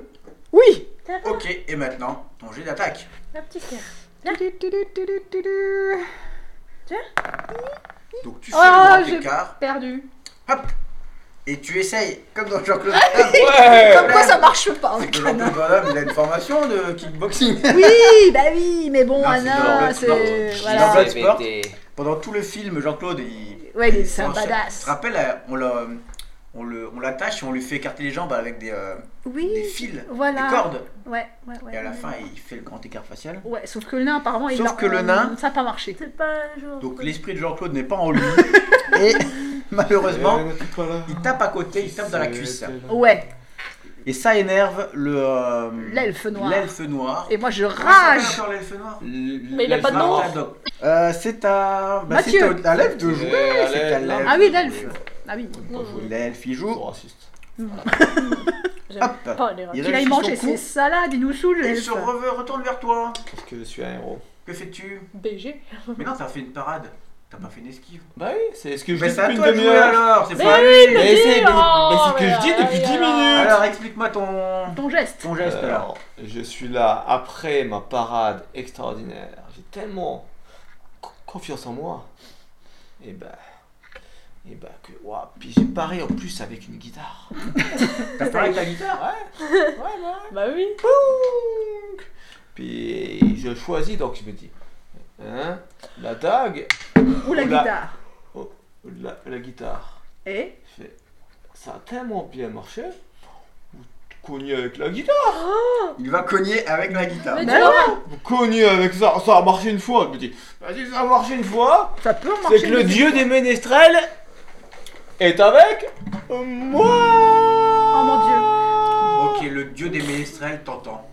Speaker 4: Oui.
Speaker 2: Sakura.
Speaker 5: Ok, et maintenant, ton jet d'attaque.
Speaker 2: La petite sœur.
Speaker 1: Ah.
Speaker 4: Du, du, du, du, du, du,
Speaker 1: Euh,
Speaker 4: du.
Speaker 5: Donc tu fais
Speaker 4: Ah,
Speaker 5: le grand
Speaker 4: j'ai-
Speaker 5: écart
Speaker 4: Perdu.
Speaker 5: et tu essayes, comme dans Jean-Claude Van Damme.
Speaker 4: Oh, Comme
Speaker 3: Ouais.
Speaker 4: quoi ça marche pas
Speaker 5: C'est
Speaker 4: avec
Speaker 5: que
Speaker 4: un nain.
Speaker 5: Jean-Claude Van Damme, il a une formation de kickboxing.
Speaker 4: Oui, bah oui, mais bon,
Speaker 5: Non,
Speaker 1: Ah,
Speaker 5: c'est dans
Speaker 4: Anna,
Speaker 5: le-
Speaker 4: c'est.
Speaker 5: dans-
Speaker 4: Voilà.
Speaker 5: dans le- Bloodsport. Pendant tout le film, Jean-Claude, il.
Speaker 1: Oh,
Speaker 4: Ouais, il est- c'est
Speaker 5: on
Speaker 4: un
Speaker 5: se- Tu
Speaker 4: badass.
Speaker 5: te rappelles, on l'a.
Speaker 1: on le- on l'attache et on lui fait écarter les jambes avec des, euh, des
Speaker 4: Oui,
Speaker 1: fils,
Speaker 4: voilà.
Speaker 1: des cordes.
Speaker 4: Ouais, ouais, ouais.
Speaker 1: Et à la
Speaker 4: ouais.
Speaker 1: fin, il fait le grand écart facial.
Speaker 4: Ouais, sauf que le nain, apparemment, il
Speaker 1: Sauf
Speaker 4: l'a-
Speaker 1: que le nain-
Speaker 4: Ça n'a pas marché.
Speaker 2: C'est pas genre.
Speaker 1: Donc l'esprit de Jean-Claude n'est pas en lui. et
Speaker 4: Euh,
Speaker 1: malheureusement, il tape à côté, il tape dans la cuisse.
Speaker 4: Ouais,
Speaker 1: Et ça énerve le euh,
Speaker 4: l'elfe noir.
Speaker 1: l'elfe noir.
Speaker 4: Et moi, je
Speaker 1: Comment ça s'appelle
Speaker 4: rage.
Speaker 1: encore l'elfe noir
Speaker 3: Mais
Speaker 2: il a pas de nom.
Speaker 1: Martadoc. Euh, c'est à. bah, c'est
Speaker 4: Mathieu.
Speaker 1: au- à l'elfe de jouer.
Speaker 3: Ouais, à
Speaker 1: c'est à
Speaker 3: l'elfe.
Speaker 1: l'elfe.
Speaker 4: Ah oui, l'elfe. Ah oui.
Speaker 3: Oh,
Speaker 2: Non,
Speaker 1: L'elfe, il
Speaker 3: Toujours
Speaker 1: joue.
Speaker 3: raciste.
Speaker 2: j'aime
Speaker 1: Hop
Speaker 2: pas les
Speaker 1: Il
Speaker 2: rats.
Speaker 4: Qu'il aille
Speaker 1: réfléchit
Speaker 4: manger
Speaker 1: son
Speaker 4: ses
Speaker 1: coup.
Speaker 4: salades, il nous saoule,
Speaker 1: Il
Speaker 4: l'elfe.
Speaker 1: se reve- retourne vers toi.
Speaker 3: Parce que je suis un héros.
Speaker 1: Que fais-tu
Speaker 2: BG.
Speaker 1: Mais non, t'as fait une parade. T'as pas fait une esquive.
Speaker 3: Bah oui, c'est ce que je
Speaker 1: Mais
Speaker 3: dis
Speaker 1: c'est à
Speaker 3: depuis une
Speaker 1: toi de jouer
Speaker 3: demi-heure.
Speaker 1: alors. C'est
Speaker 2: Mais
Speaker 1: pas à lui.
Speaker 3: Mais
Speaker 2: dit,
Speaker 3: c'est mais-
Speaker 2: oh,
Speaker 3: mais c'est ce que
Speaker 2: là,
Speaker 3: je dis
Speaker 2: là,
Speaker 3: depuis
Speaker 2: là,
Speaker 3: 10
Speaker 2: là.
Speaker 3: minutes.
Speaker 1: Alors explique-moi ton.
Speaker 4: Ton geste.
Speaker 1: Ton geste là.
Speaker 3: Alors, je suis là après ma parade extraordinaire. J'ai tellement co- confiance en moi. Et bah. Et bah que. Waouh, puis j'ai paré en plus avec une guitare.
Speaker 1: T'as parlé avec ta guitare
Speaker 3: Ouais, ouais, ouais.
Speaker 2: Bah oui.
Speaker 3: Boum. Puis je choisis donc je me dis. Hein La dague
Speaker 4: Ou la
Speaker 3: Oula.
Speaker 4: guitare.
Speaker 3: ou la, la guitare
Speaker 4: Et
Speaker 3: Je fais, Ça a tellement bien marché. Vous cognez avec la guitare
Speaker 1: Il va cogner avec la guitare.
Speaker 2: Mais
Speaker 4: Mais alors,
Speaker 3: Vous cognez avec ça Ça a marché une fois Je me dis. Vas-y, ça a marché une fois
Speaker 4: ça peut marcher.
Speaker 3: C'est que le dieu des ménestrels est avec moi
Speaker 4: Oh mon dieu,
Speaker 1: Ok, le dieu des ménestrels t'entend.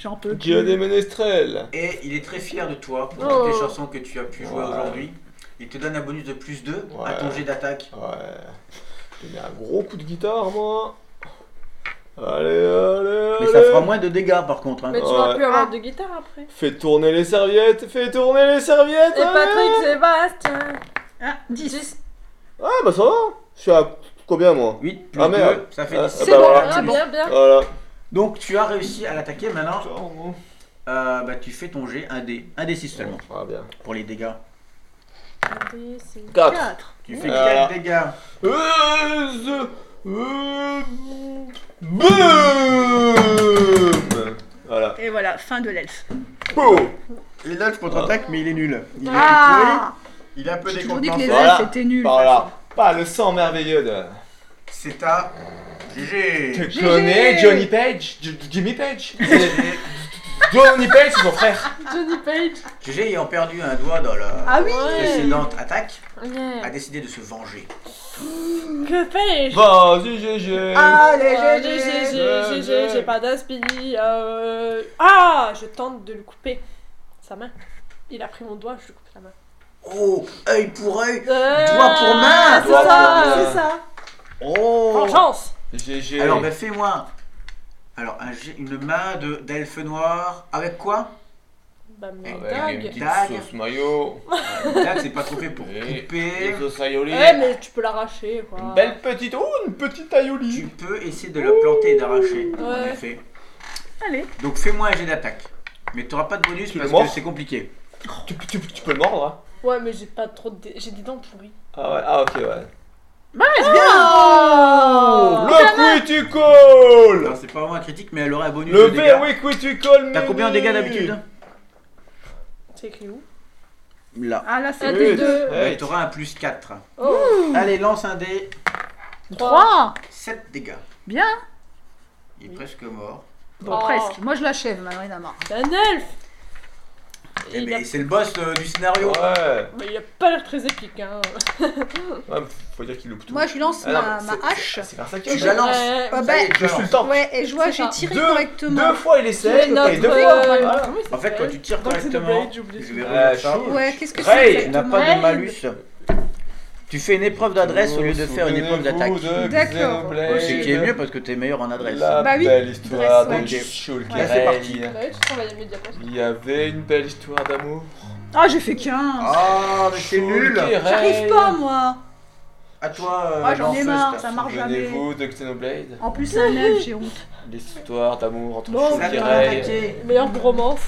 Speaker 4: j'en peux
Speaker 3: Dieu
Speaker 4: plus.
Speaker 3: des ménestrels
Speaker 1: Et il est très fier de toi pour
Speaker 2: Oh.
Speaker 1: toutes les chansons que tu as pu jouer
Speaker 3: Ouais.
Speaker 1: aujourd'hui. Il te donne un bonus de plus 2 à ton
Speaker 3: Ouais.
Speaker 1: jet d'attaque.
Speaker 3: Ouais. J'ai mis un gros coup de guitare, moi. Allez, allez, allez.
Speaker 1: moins de dégâts par contre. hein.
Speaker 2: Mais tu
Speaker 3: Ouais.
Speaker 2: vas plus avoir de guitare après.
Speaker 3: Fais tourner les serviettes, fais tourner les serviettes hein.
Speaker 2: Et
Speaker 3: allez.
Speaker 2: Patrick Sébastien.
Speaker 4: Ah, 10.
Speaker 3: Ah, bah ça va. Je suis à combien, moi
Speaker 1: 8 plus
Speaker 3: Ah, merde.
Speaker 1: 2, ça fait
Speaker 3: Ah,
Speaker 1: 10.
Speaker 3: ah,
Speaker 2: C'est
Speaker 3: bah,
Speaker 2: bon,
Speaker 3: voilà.
Speaker 2: ah, bien, bien.
Speaker 3: Voilà.
Speaker 1: Donc tu as réussi à l'attaquer maintenant. Euh, bah, tu fais ton jet 1 d 1 d 6 seulement
Speaker 3: Ah, bien.
Speaker 1: pour les dégâts.
Speaker 2: Attendez, c'est-
Speaker 3: 4.
Speaker 4: 4.
Speaker 1: Tu fais
Speaker 3: Voilà.
Speaker 1: 4 dégâts.
Speaker 3: euh, Boom Voilà.
Speaker 4: Et voilà, fin de l'elfe.
Speaker 1: Et là je contre-attaque mais il est nul. Il est
Speaker 4: Ah
Speaker 1: pourri, Il est un peu
Speaker 4: J'ai toujours dit que les
Speaker 1: décompensé.
Speaker 3: Voilà.
Speaker 4: elfes étaient nuls. de toute
Speaker 3: Voilà.
Speaker 4: façon.
Speaker 3: Pas le sang merveilleux de.
Speaker 1: C'est à GG.
Speaker 3: Tu
Speaker 4: GG.
Speaker 3: connais Johnny Page J- Jimmy Page Johnny Page, c'est son frère
Speaker 2: Johnny Page.
Speaker 1: GG ayant perdu un doigt dans la
Speaker 4: Ah oui
Speaker 1: précédente attaque, a
Speaker 2: Yeah.
Speaker 1: décidé de se venger.
Speaker 2: Que fais-je
Speaker 3: Vas-y, GG
Speaker 4: Ah. Allez,
Speaker 2: Allez,
Speaker 4: GG
Speaker 2: GG, GG, j'ai pas d'aspi. euh, Ah, je tente de lui couper sa main. Il a pris mon doigt, je lui coupe la main.
Speaker 1: Oh, œil pour œil,
Speaker 2: Euh,
Speaker 1: Doigt pour main,
Speaker 2: C'est
Speaker 3: doigt pour
Speaker 2: ça,
Speaker 3: main.
Speaker 2: c'est ça.
Speaker 1: Oh
Speaker 2: Vengeance.
Speaker 3: GG
Speaker 1: Alors ben fais-moi Alors un jet- une main de d'elfe noir avec quoi
Speaker 2: Bah,
Speaker 1: Ah
Speaker 2: mon
Speaker 1: ouais,
Speaker 3: Avec une
Speaker 2: dague.
Speaker 3: petite
Speaker 1: Dague.
Speaker 3: sauce mayo,
Speaker 1: Là c'est pas trop fait pour
Speaker 3: Et-
Speaker 1: couper
Speaker 3: une sauce aioli,
Speaker 2: Ouais, mais tu peux l'arracher, quoi.
Speaker 3: une belle petite... Oh, une petite aioli
Speaker 1: Tu peux essayer de le planter et d'arracher en
Speaker 2: Ouais.
Speaker 1: effet.
Speaker 4: Allez.
Speaker 1: Donc fais-moi un jet d'attaque. Mais t'auras pas de bonus
Speaker 3: Tu le
Speaker 1: parce
Speaker 3: mords
Speaker 1: que c'est compliqué.
Speaker 3: Tu, tu- tu peux le mordre, hein
Speaker 2: Ouais, mais j'ai pas trop de. dé- J'ai des dents pourries.
Speaker 3: Ah ouais, ah ok, ouais.
Speaker 2: Oh
Speaker 3: Le critical
Speaker 1: Alors c'est pas vraiment un critique mais elle aura un bonus
Speaker 3: Le
Speaker 1: de dégâts.
Speaker 3: very critical,
Speaker 1: T'as combien de dégâts d'habitude
Speaker 2: C'est écrit où
Speaker 1: Là.
Speaker 4: Ah là, c'est
Speaker 2: Un
Speaker 3: Oui.
Speaker 2: des
Speaker 4: le
Speaker 2: deux.
Speaker 3: Ouais.
Speaker 1: Ben, t'auras un plus 4.
Speaker 2: Oh,
Speaker 1: Allez, lance un dé.
Speaker 4: 3.
Speaker 1: 7 dégâts.
Speaker 4: Bien.
Speaker 1: Il est presque mort.
Speaker 4: Bon,
Speaker 2: Oh.
Speaker 4: presque. Moi, je l'achève, maintenant, il en a marre.
Speaker 2: c'est Oh. un elfe.
Speaker 1: Eh
Speaker 2: Il
Speaker 1: ben,
Speaker 2: a...
Speaker 1: c'est le boss euh, du scénario.
Speaker 3: Ouais,
Speaker 2: Mais il a pas l'air très épique, hein.
Speaker 3: ouais, faut dire qu'il loupe tout.
Speaker 4: Moi, je lance
Speaker 3: Ah non,
Speaker 4: ma,
Speaker 3: mais
Speaker 4: ma
Speaker 3: c'est-
Speaker 4: hache.
Speaker 3: C'est par ça qu'il
Speaker 1: Tu
Speaker 3: y
Speaker 1: la
Speaker 3: a-
Speaker 1: lances.
Speaker 2: Ouais.
Speaker 4: Ah
Speaker 1: Ça
Speaker 4: bah,
Speaker 1: y est, tu
Speaker 3: Je
Speaker 1: la
Speaker 3: suis le
Speaker 1: lances.
Speaker 3: temps.
Speaker 4: Ouais, et je vois,
Speaker 2: C'est
Speaker 4: j'ai
Speaker 2: ça.
Speaker 4: tiré
Speaker 3: Deux-
Speaker 4: correctement.
Speaker 3: Deux fois il essaie,
Speaker 2: C'est
Speaker 3: il paye
Speaker 2: notre.
Speaker 3: deux
Speaker 2: euh,
Speaker 3: fois.
Speaker 2: comment il
Speaker 1: En fait, quand
Speaker 2: s'appelle
Speaker 1: tu tires
Speaker 2: Dans le
Speaker 1: correctement,
Speaker 2: Xenoblade, j'ai oublié
Speaker 1: je
Speaker 2: son
Speaker 1: vais
Speaker 2: nom.
Speaker 3: Ah,
Speaker 1: relire ça.
Speaker 3: chou.
Speaker 4: Ouais, qu'est-ce que
Speaker 3: Ray,
Speaker 4: c'est
Speaker 1: Tu n'as
Speaker 4: exactement
Speaker 1: pas de
Speaker 2: Raid.
Speaker 1: malus. Tu fais une épreuve d'adresse au lieu de faire une épreuve d'attaque.
Speaker 4: D'accord.
Speaker 1: Euh, Ce qui est mieux parce que t'es meilleur en adresse.
Speaker 3: La
Speaker 4: Bah oui.
Speaker 3: belle histoire
Speaker 4: Dresse,
Speaker 3: de
Speaker 1: ouais.
Speaker 3: Shulkerel.
Speaker 1: Ouais, c'est parti.
Speaker 2: Bah ouais, tu travailles mes diapositives.
Speaker 3: Il y avait une belle histoire d'amour.
Speaker 4: Ah, j'ai fait 15.
Speaker 1: Ah, mais c'est nul
Speaker 3: Shulkerel.
Speaker 4: J'arrive pas, moi.
Speaker 1: À toi, euh,
Speaker 4: Ah, j'en ai
Speaker 1: lanceuse,
Speaker 4: marre,
Speaker 1: t'as-
Speaker 4: ça marche jamais.
Speaker 3: Souvenez-vous de Xenoblade.
Speaker 4: En plus, c'est un elfe, j'ai honte.
Speaker 3: L'histoire d'amour entre
Speaker 2: Bon,
Speaker 1: C'est à toi
Speaker 3: Shulkerel.
Speaker 1: d'attaquer.
Speaker 2: Meilleure bromance.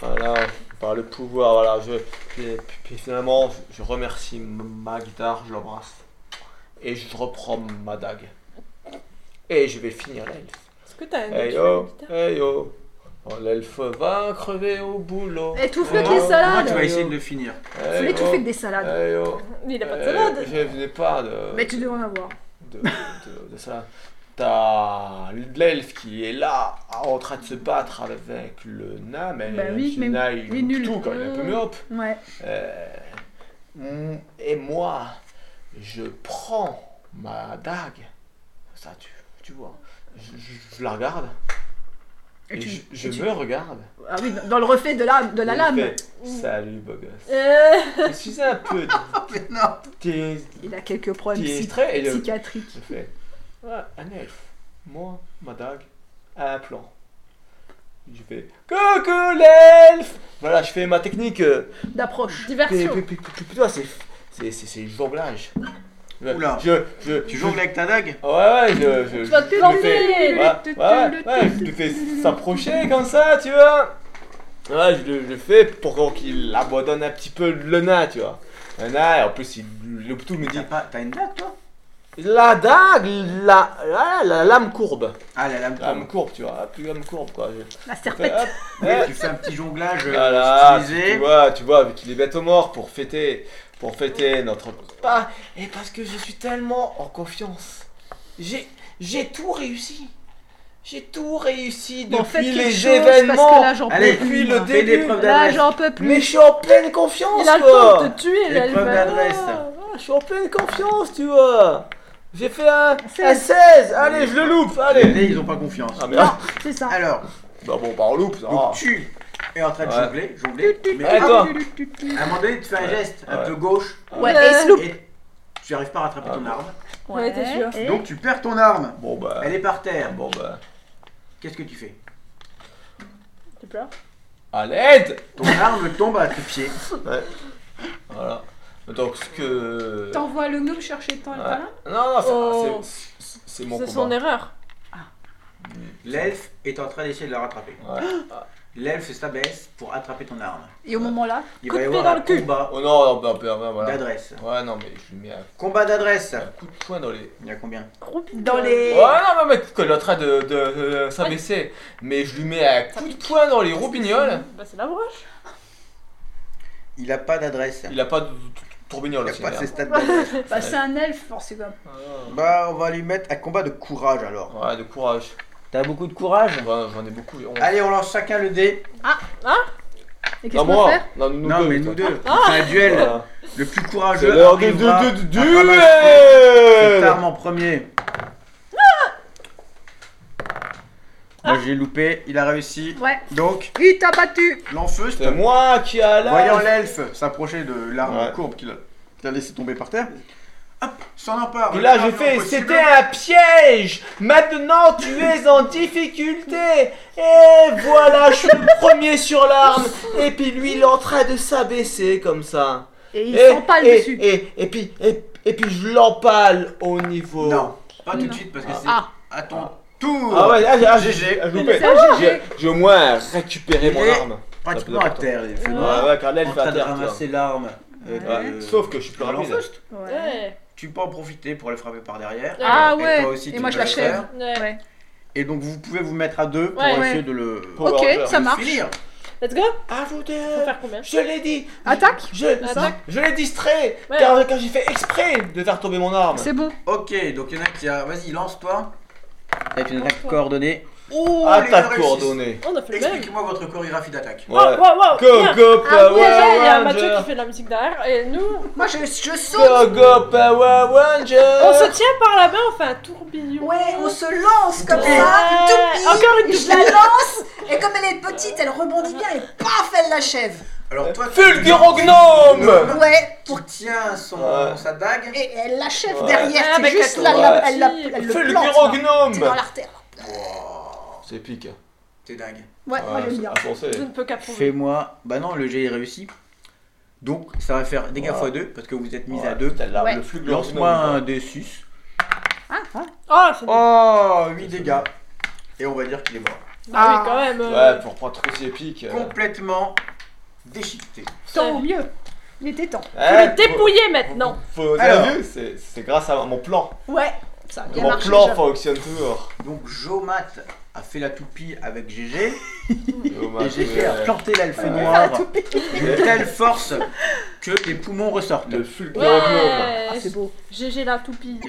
Speaker 3: Voilà, par le pouvoir, voilà, je. et puis- puis finalement, je- je remercie ma ma guitare, je l'embrasse. Et je reprends ma dague. Et je vais finir l'elfe.
Speaker 2: Est-ce que t'as un
Speaker 3: Hey yo, hey yo. Oh, L'elfe va crever au boulot.
Speaker 4: Étouffe-le
Speaker 3: Hey
Speaker 4: avec les
Speaker 1: Moi,
Speaker 3: yo,
Speaker 4: salades.
Speaker 1: tu vas essayer de le finir.
Speaker 4: Faut
Speaker 3: hey
Speaker 4: l'étouffer
Speaker 3: yo,
Speaker 4: avec des salades.
Speaker 3: hey yo.
Speaker 1: Euh,
Speaker 2: Il a pas de
Speaker 3: Eh,
Speaker 2: salade.
Speaker 3: Je venais pas de.
Speaker 4: Mais tu devrais en avoir.
Speaker 3: euh, de, de- de ça. T'as l'elfe qui est là, en train de se battre avec le nain, mais
Speaker 4: Bah oui,
Speaker 3: le
Speaker 4: mais-
Speaker 3: nain il
Speaker 4: il est
Speaker 3: loupe
Speaker 4: nul.
Speaker 3: tout quand il est un peu
Speaker 2: Mm.
Speaker 3: myope.
Speaker 4: Ouais.
Speaker 3: Euh, mm, et moi, je prends ma dague, ça tu, tu vois, je, je- je la regarde, et,
Speaker 4: Et tu-
Speaker 3: je,
Speaker 4: et
Speaker 3: je
Speaker 4: tu-
Speaker 3: me regarde.
Speaker 4: Ah oui, dans- dans le reflet de la, de la
Speaker 3: et
Speaker 4: lame.
Speaker 3: je fais, Salut beau gosse.
Speaker 2: Euh,
Speaker 3: Je suis un peu
Speaker 1: Mais non.
Speaker 3: dés-
Speaker 4: Il a quelques problèmes psy-
Speaker 3: distrait et le-
Speaker 4: psychiatriques.
Speaker 3: je fais ouais, un elfe, moi, ma dague, un plan. Je fais Coucou l'elfe Voilà, je fais ma technique. euh,
Speaker 4: D'approche.
Speaker 3: Puis-
Speaker 2: diversion.
Speaker 3: puis- puis- puis- puis toi, c'est c'est c'est c'est jonglage. Je-
Speaker 1: Oula.
Speaker 3: Je je
Speaker 1: Tu jongles avec ta dague
Speaker 3: Ouais ouais, je je.
Speaker 2: Tu vas te
Speaker 3: je le
Speaker 2: planter.
Speaker 3: fais- Ouais ouais, ouais, je te fais s'approcher comme ça, tu vois. Ouais, je le je le fais pour qu'il abandonne un petit peu le nain, tu vois. Le nain, en plus, il, le tout me dit
Speaker 1: T'as pas- T'as une dague, toi
Speaker 3: la dague, la, la, la lame courbe.
Speaker 1: Ah, la lame
Speaker 3: La lame
Speaker 1: tombe.
Speaker 3: courbe, tu vois. Plus lame courbe, quoi. Je
Speaker 4: La
Speaker 3: fais,
Speaker 4: serpette.
Speaker 3: hop,
Speaker 1: Ouais, Tu fais un petit jonglage euh,
Speaker 3: Voilà, Ah tu
Speaker 1: stylisé.
Speaker 3: vois, tu vois, vu qu'il est bête au mort pour fêter, pour fêter notre pas, Bah, et parce que je suis tellement en confiance. J'ai, j'ai tout réussi. J'ai tout réussi depuis
Speaker 4: Bon, faites quelque
Speaker 3: les
Speaker 4: chose, parce que
Speaker 3: événements,
Speaker 4: là, j'en peux
Speaker 1: Allez,
Speaker 4: plus.
Speaker 3: depuis le
Speaker 4: moi.
Speaker 1: Fais des
Speaker 3: début.
Speaker 1: preuves
Speaker 4: Là,
Speaker 1: d'adresse.
Speaker 4: j'en peux plus.
Speaker 3: Mais je suis en pleine confiance,
Speaker 2: Il a le
Speaker 3: quoi.
Speaker 2: temps de te tuer, là. il
Speaker 1: L'épreuve
Speaker 2: va-
Speaker 1: d'adresse.
Speaker 3: Ah, je suis en pleine confiance, tu vois. J'ai fait un, un 16, allez, je le loupe, allez.
Speaker 1: Les ils ont pas confiance.
Speaker 3: Ah merde.
Speaker 4: C'est ça.
Speaker 1: Alors,
Speaker 3: Bah bon, bah on loupe, ça.
Speaker 1: donc tu es en train de
Speaker 3: Ouais.
Speaker 1: jongler, jongler, mais
Speaker 3: Eh,
Speaker 1: hop,
Speaker 3: toi.
Speaker 1: à un moment donné, tu fais un geste un
Speaker 3: Ouais.
Speaker 1: peu gauche
Speaker 4: Ouais,
Speaker 2: Euh,
Speaker 4: et sloop.
Speaker 1: et tu n'arrives pas à rattraper ton
Speaker 3: Ouais.
Speaker 1: arme.
Speaker 2: Ouais, t'es sûr.
Speaker 4: et-
Speaker 1: Donc tu perds ton arme.
Speaker 3: Bon bah,
Speaker 1: Elle est par terre.
Speaker 3: bon bah,
Speaker 1: Qu'est-ce que tu fais
Speaker 2: Tu pleures
Speaker 3: à l'aide.
Speaker 1: Ton arme tombe à tes pieds.
Speaker 3: Voilà. Donc ce que.
Speaker 6: T'envoies le gnome chercher ton
Speaker 3: euh, Ouais.
Speaker 6: talent
Speaker 3: Non, non, c'est-
Speaker 2: Oh.
Speaker 3: c'est c'est- c'est mon
Speaker 2: C'est
Speaker 3: combat.
Speaker 2: son erreur.
Speaker 1: L'elfe est en train d'essayer de la rattraper. Ah.
Speaker 3: Ouais.
Speaker 1: L'elfe s'abaisse pour attraper ton arme.
Speaker 4: Et au moment là,
Speaker 1: Il
Speaker 2: Coup
Speaker 1: va y
Speaker 2: de pied
Speaker 1: avoir
Speaker 2: dans
Speaker 1: un
Speaker 2: le cul.
Speaker 1: combat
Speaker 3: Oh non, non, bah, bah, bah, voilà.
Speaker 1: d'adresse.
Speaker 3: Ouais, non, mais je lui mets un,
Speaker 1: Combat d'adresse.
Speaker 3: un coup de poing dans les.
Speaker 1: Il y a combien
Speaker 4: dans les.
Speaker 3: Ouais, non, mais mec, qu'elle est en train de, de, de s'abaisser. Mais je lui mets un coup de poing dans les roubignoles.
Speaker 2: Bah, c'est la broche.
Speaker 1: Il a pas d'adresse.
Speaker 3: Il a pas de de- de- de roubignoles
Speaker 1: Il a
Speaker 3: aussi.
Speaker 1: pas
Speaker 3: merde.
Speaker 1: ses stats d'adresse.
Speaker 4: Bah, c'est un elfe, forcément.
Speaker 3: Ah.
Speaker 1: Bah, on va lui mettre un combat de courage alors.
Speaker 3: Ouais, de courage.
Speaker 1: T'as beaucoup de courage
Speaker 3: J'en j'en ai beaucoup. j'ai honte.
Speaker 1: Allez, on lance chacun le dé.
Speaker 4: Et qu'est-ce
Speaker 3: non,
Speaker 4: qu'on va
Speaker 3: moi.
Speaker 4: faire
Speaker 3: Non, nous
Speaker 1: non,
Speaker 3: deux.
Speaker 1: mais
Speaker 3: toi.
Speaker 1: nous deux. C'est
Speaker 2: Ah
Speaker 1: un duel.
Speaker 3: Voilà.
Speaker 1: Le plus
Speaker 3: C'est
Speaker 1: courageux.
Speaker 3: l'heure du
Speaker 1: arrivera
Speaker 3: du- du-
Speaker 1: à ramasser Cette
Speaker 3: duel.
Speaker 1: arme en premier.
Speaker 3: Ah.
Speaker 1: Moi, j'ai loupé. Il a réussi.
Speaker 4: Ouais.
Speaker 1: Donc,
Speaker 4: Il t'a battu
Speaker 1: l'enfeuste.
Speaker 3: C'est moi qui a la.
Speaker 1: Voyant l'elfe s'approcher de l'arme
Speaker 3: Ouais.
Speaker 1: courbe qu'il a, qu'il a laissé tomber par terre, hop, s'en empare.
Speaker 3: Et là,
Speaker 1: Le
Speaker 3: je
Speaker 1: plus
Speaker 3: fais,
Speaker 1: rapidement
Speaker 3: c'était
Speaker 1: possible.
Speaker 3: un piège. Maintenant, tu es en difficulté. Et voilà, je suis le premier sur l'arme. Et puis lui, il est en train de s'abaisser comme ça.
Speaker 4: Et il
Speaker 3: et,
Speaker 4: s'empale
Speaker 3: et-
Speaker 4: dessus.
Speaker 3: Et, et puis, et, et puis, je l'empale au niveau.
Speaker 1: Non, pas tout de suite parce que c'est
Speaker 4: Ah.
Speaker 1: à ton tour.
Speaker 3: Oh. Ah ouais, ah, j'ai- ah, j'ai-
Speaker 1: GG.
Speaker 3: j'ai loupé.
Speaker 4: C'est un
Speaker 3: J'ai- J'ai au moins récupéré mon
Speaker 1: Et-
Speaker 3: arme.
Speaker 1: Pratiquement à terre, il fait noir.
Speaker 3: Ouais, ouais, car
Speaker 1: en
Speaker 3: l'elfe est
Speaker 1: train
Speaker 3: à
Speaker 1: de
Speaker 3: terre, tu vois.
Speaker 1: ramasser l'arme. euh,
Speaker 3: Ouais.
Speaker 1: de-
Speaker 3: Sauf que je suis plus
Speaker 1: de
Speaker 3: rapide.
Speaker 1: l'enfeuste.
Speaker 4: Ouais.
Speaker 2: Ouais.
Speaker 1: Tu peux en profiter pour le frapper par derrière.
Speaker 4: Ah
Speaker 1: Et
Speaker 4: ouais.
Speaker 1: toi aussi,
Speaker 4: Et
Speaker 1: tu
Speaker 4: moi, je
Speaker 1: peux le
Speaker 4: l'achève.
Speaker 1: faire.
Speaker 2: Ouais.
Speaker 4: Ouais.
Speaker 1: Et donc, vous pouvez vous mettre à deux pour
Speaker 2: Ouais,
Speaker 1: essayer
Speaker 4: ouais.
Speaker 1: de le
Speaker 3: Power
Speaker 4: Ok,
Speaker 3: Ranger.
Speaker 4: ça marche.
Speaker 1: finir.
Speaker 2: Let's go.
Speaker 3: Ah, vous deux.
Speaker 2: Faut faire combien
Speaker 3: Je l'ai dit
Speaker 4: Attaque
Speaker 3: Je,
Speaker 4: Attaque.
Speaker 3: je l'ai distrait
Speaker 2: Ouais.
Speaker 3: car, car j'ai fait exprès de faire tomber mon
Speaker 1: hein.
Speaker 3: arme.
Speaker 4: C'est bon.
Speaker 1: Ok, donc il y en a qui a. Vas-y, lance-toi. Avec une attaque coordonnée. Oh, les deux
Speaker 3: Attaque
Speaker 1: réussissent.
Speaker 3: coordonnée.
Speaker 2: On a fait le même.
Speaker 1: Expliquez-moi votre chorégraphie d'attaque.
Speaker 2: Wow, wow, wow.
Speaker 3: Go
Speaker 2: Bien.
Speaker 3: go
Speaker 4: Ah,
Speaker 3: Power
Speaker 4: ouais,
Speaker 2: Déjà, il y a Mathieu qui
Speaker 3: Ranger.
Speaker 2: fait de la musique derrière et nous,
Speaker 4: Moi, je, je saute.
Speaker 3: Go go Power
Speaker 4: Euh.
Speaker 2: on se
Speaker 3: Ranger.
Speaker 2: tient par la main, on fait un tourbillon.
Speaker 6: Ouais, on se lance comme
Speaker 2: Ouais. Oh,
Speaker 6: ça, une toupie.
Speaker 2: Encore une
Speaker 6: Je la lance et comme elle est petite, elle rebondit bien et paf, elle l'achève.
Speaker 1: Alors toi, tu-
Speaker 3: Fulguro Gnome.
Speaker 6: Ouais, pour
Speaker 1: Tu tiens son,
Speaker 3: Ouais.
Speaker 1: sa dague.
Speaker 6: et elle l'achève
Speaker 3: Ouais.
Speaker 6: derrière, c'est
Speaker 2: Avec
Speaker 6: juste
Speaker 2: la
Speaker 6: là,
Speaker 3: tour.
Speaker 6: là,
Speaker 3: Ouais.
Speaker 6: elle, la- elle le
Speaker 3: Fulguro
Speaker 6: plante là. C'est dans
Speaker 3: Gnome.
Speaker 6: l'artère.
Speaker 1: Wow,
Speaker 3: C'est pique.
Speaker 1: t'es dingue.
Speaker 6: Ouais,
Speaker 3: Ah,
Speaker 6: moi j'aime bien.
Speaker 2: Je ne peux qu'approuver.
Speaker 1: Fais-moi. Bah non, le jet est réussi. Donc ça va faire dégâts
Speaker 3: Ouais.
Speaker 1: x2 parce que vous êtes mis à deux.
Speaker 4: Ouais.
Speaker 3: Le Fulguro
Speaker 1: Lance-moi un
Speaker 3: Gnome.
Speaker 1: d 6.
Speaker 6: Hein,
Speaker 2: Oh, c'est nul.
Speaker 1: Oh, 8 dégâts. Et on va dire qu'il est mort.
Speaker 2: Ah
Speaker 4: Ah.
Speaker 2: oui, quand même. euh,
Speaker 3: Ouais, pour pas trop si épique. euh.
Speaker 1: Complètement déchiqueté.
Speaker 4: Tant au mieux. Il était temps.
Speaker 2: Faut
Speaker 3: Eh,
Speaker 2: le dépouiller maintenant.
Speaker 3: Faut, vous
Speaker 1: Alors.
Speaker 3: avez vu, c'est- c'est grâce à mon plan.
Speaker 6: Ouais,
Speaker 4: Ça a bien
Speaker 3: Mon
Speaker 4: marché.
Speaker 3: plan
Speaker 4: déjà.
Speaker 3: fonctionne toujours.
Speaker 1: Donc Jomat a fait la toupie avec GG. Et
Speaker 3: Dommage,
Speaker 1: j'ai fait
Speaker 3: mais-
Speaker 1: planter l'elfe
Speaker 3: Ouais.
Speaker 1: noir d'une telle force que tes poumons ressortent.
Speaker 3: Le Fulguro Gnome.
Speaker 2: Ouais.
Speaker 4: Ah, c'est beau.
Speaker 2: GG la toupie.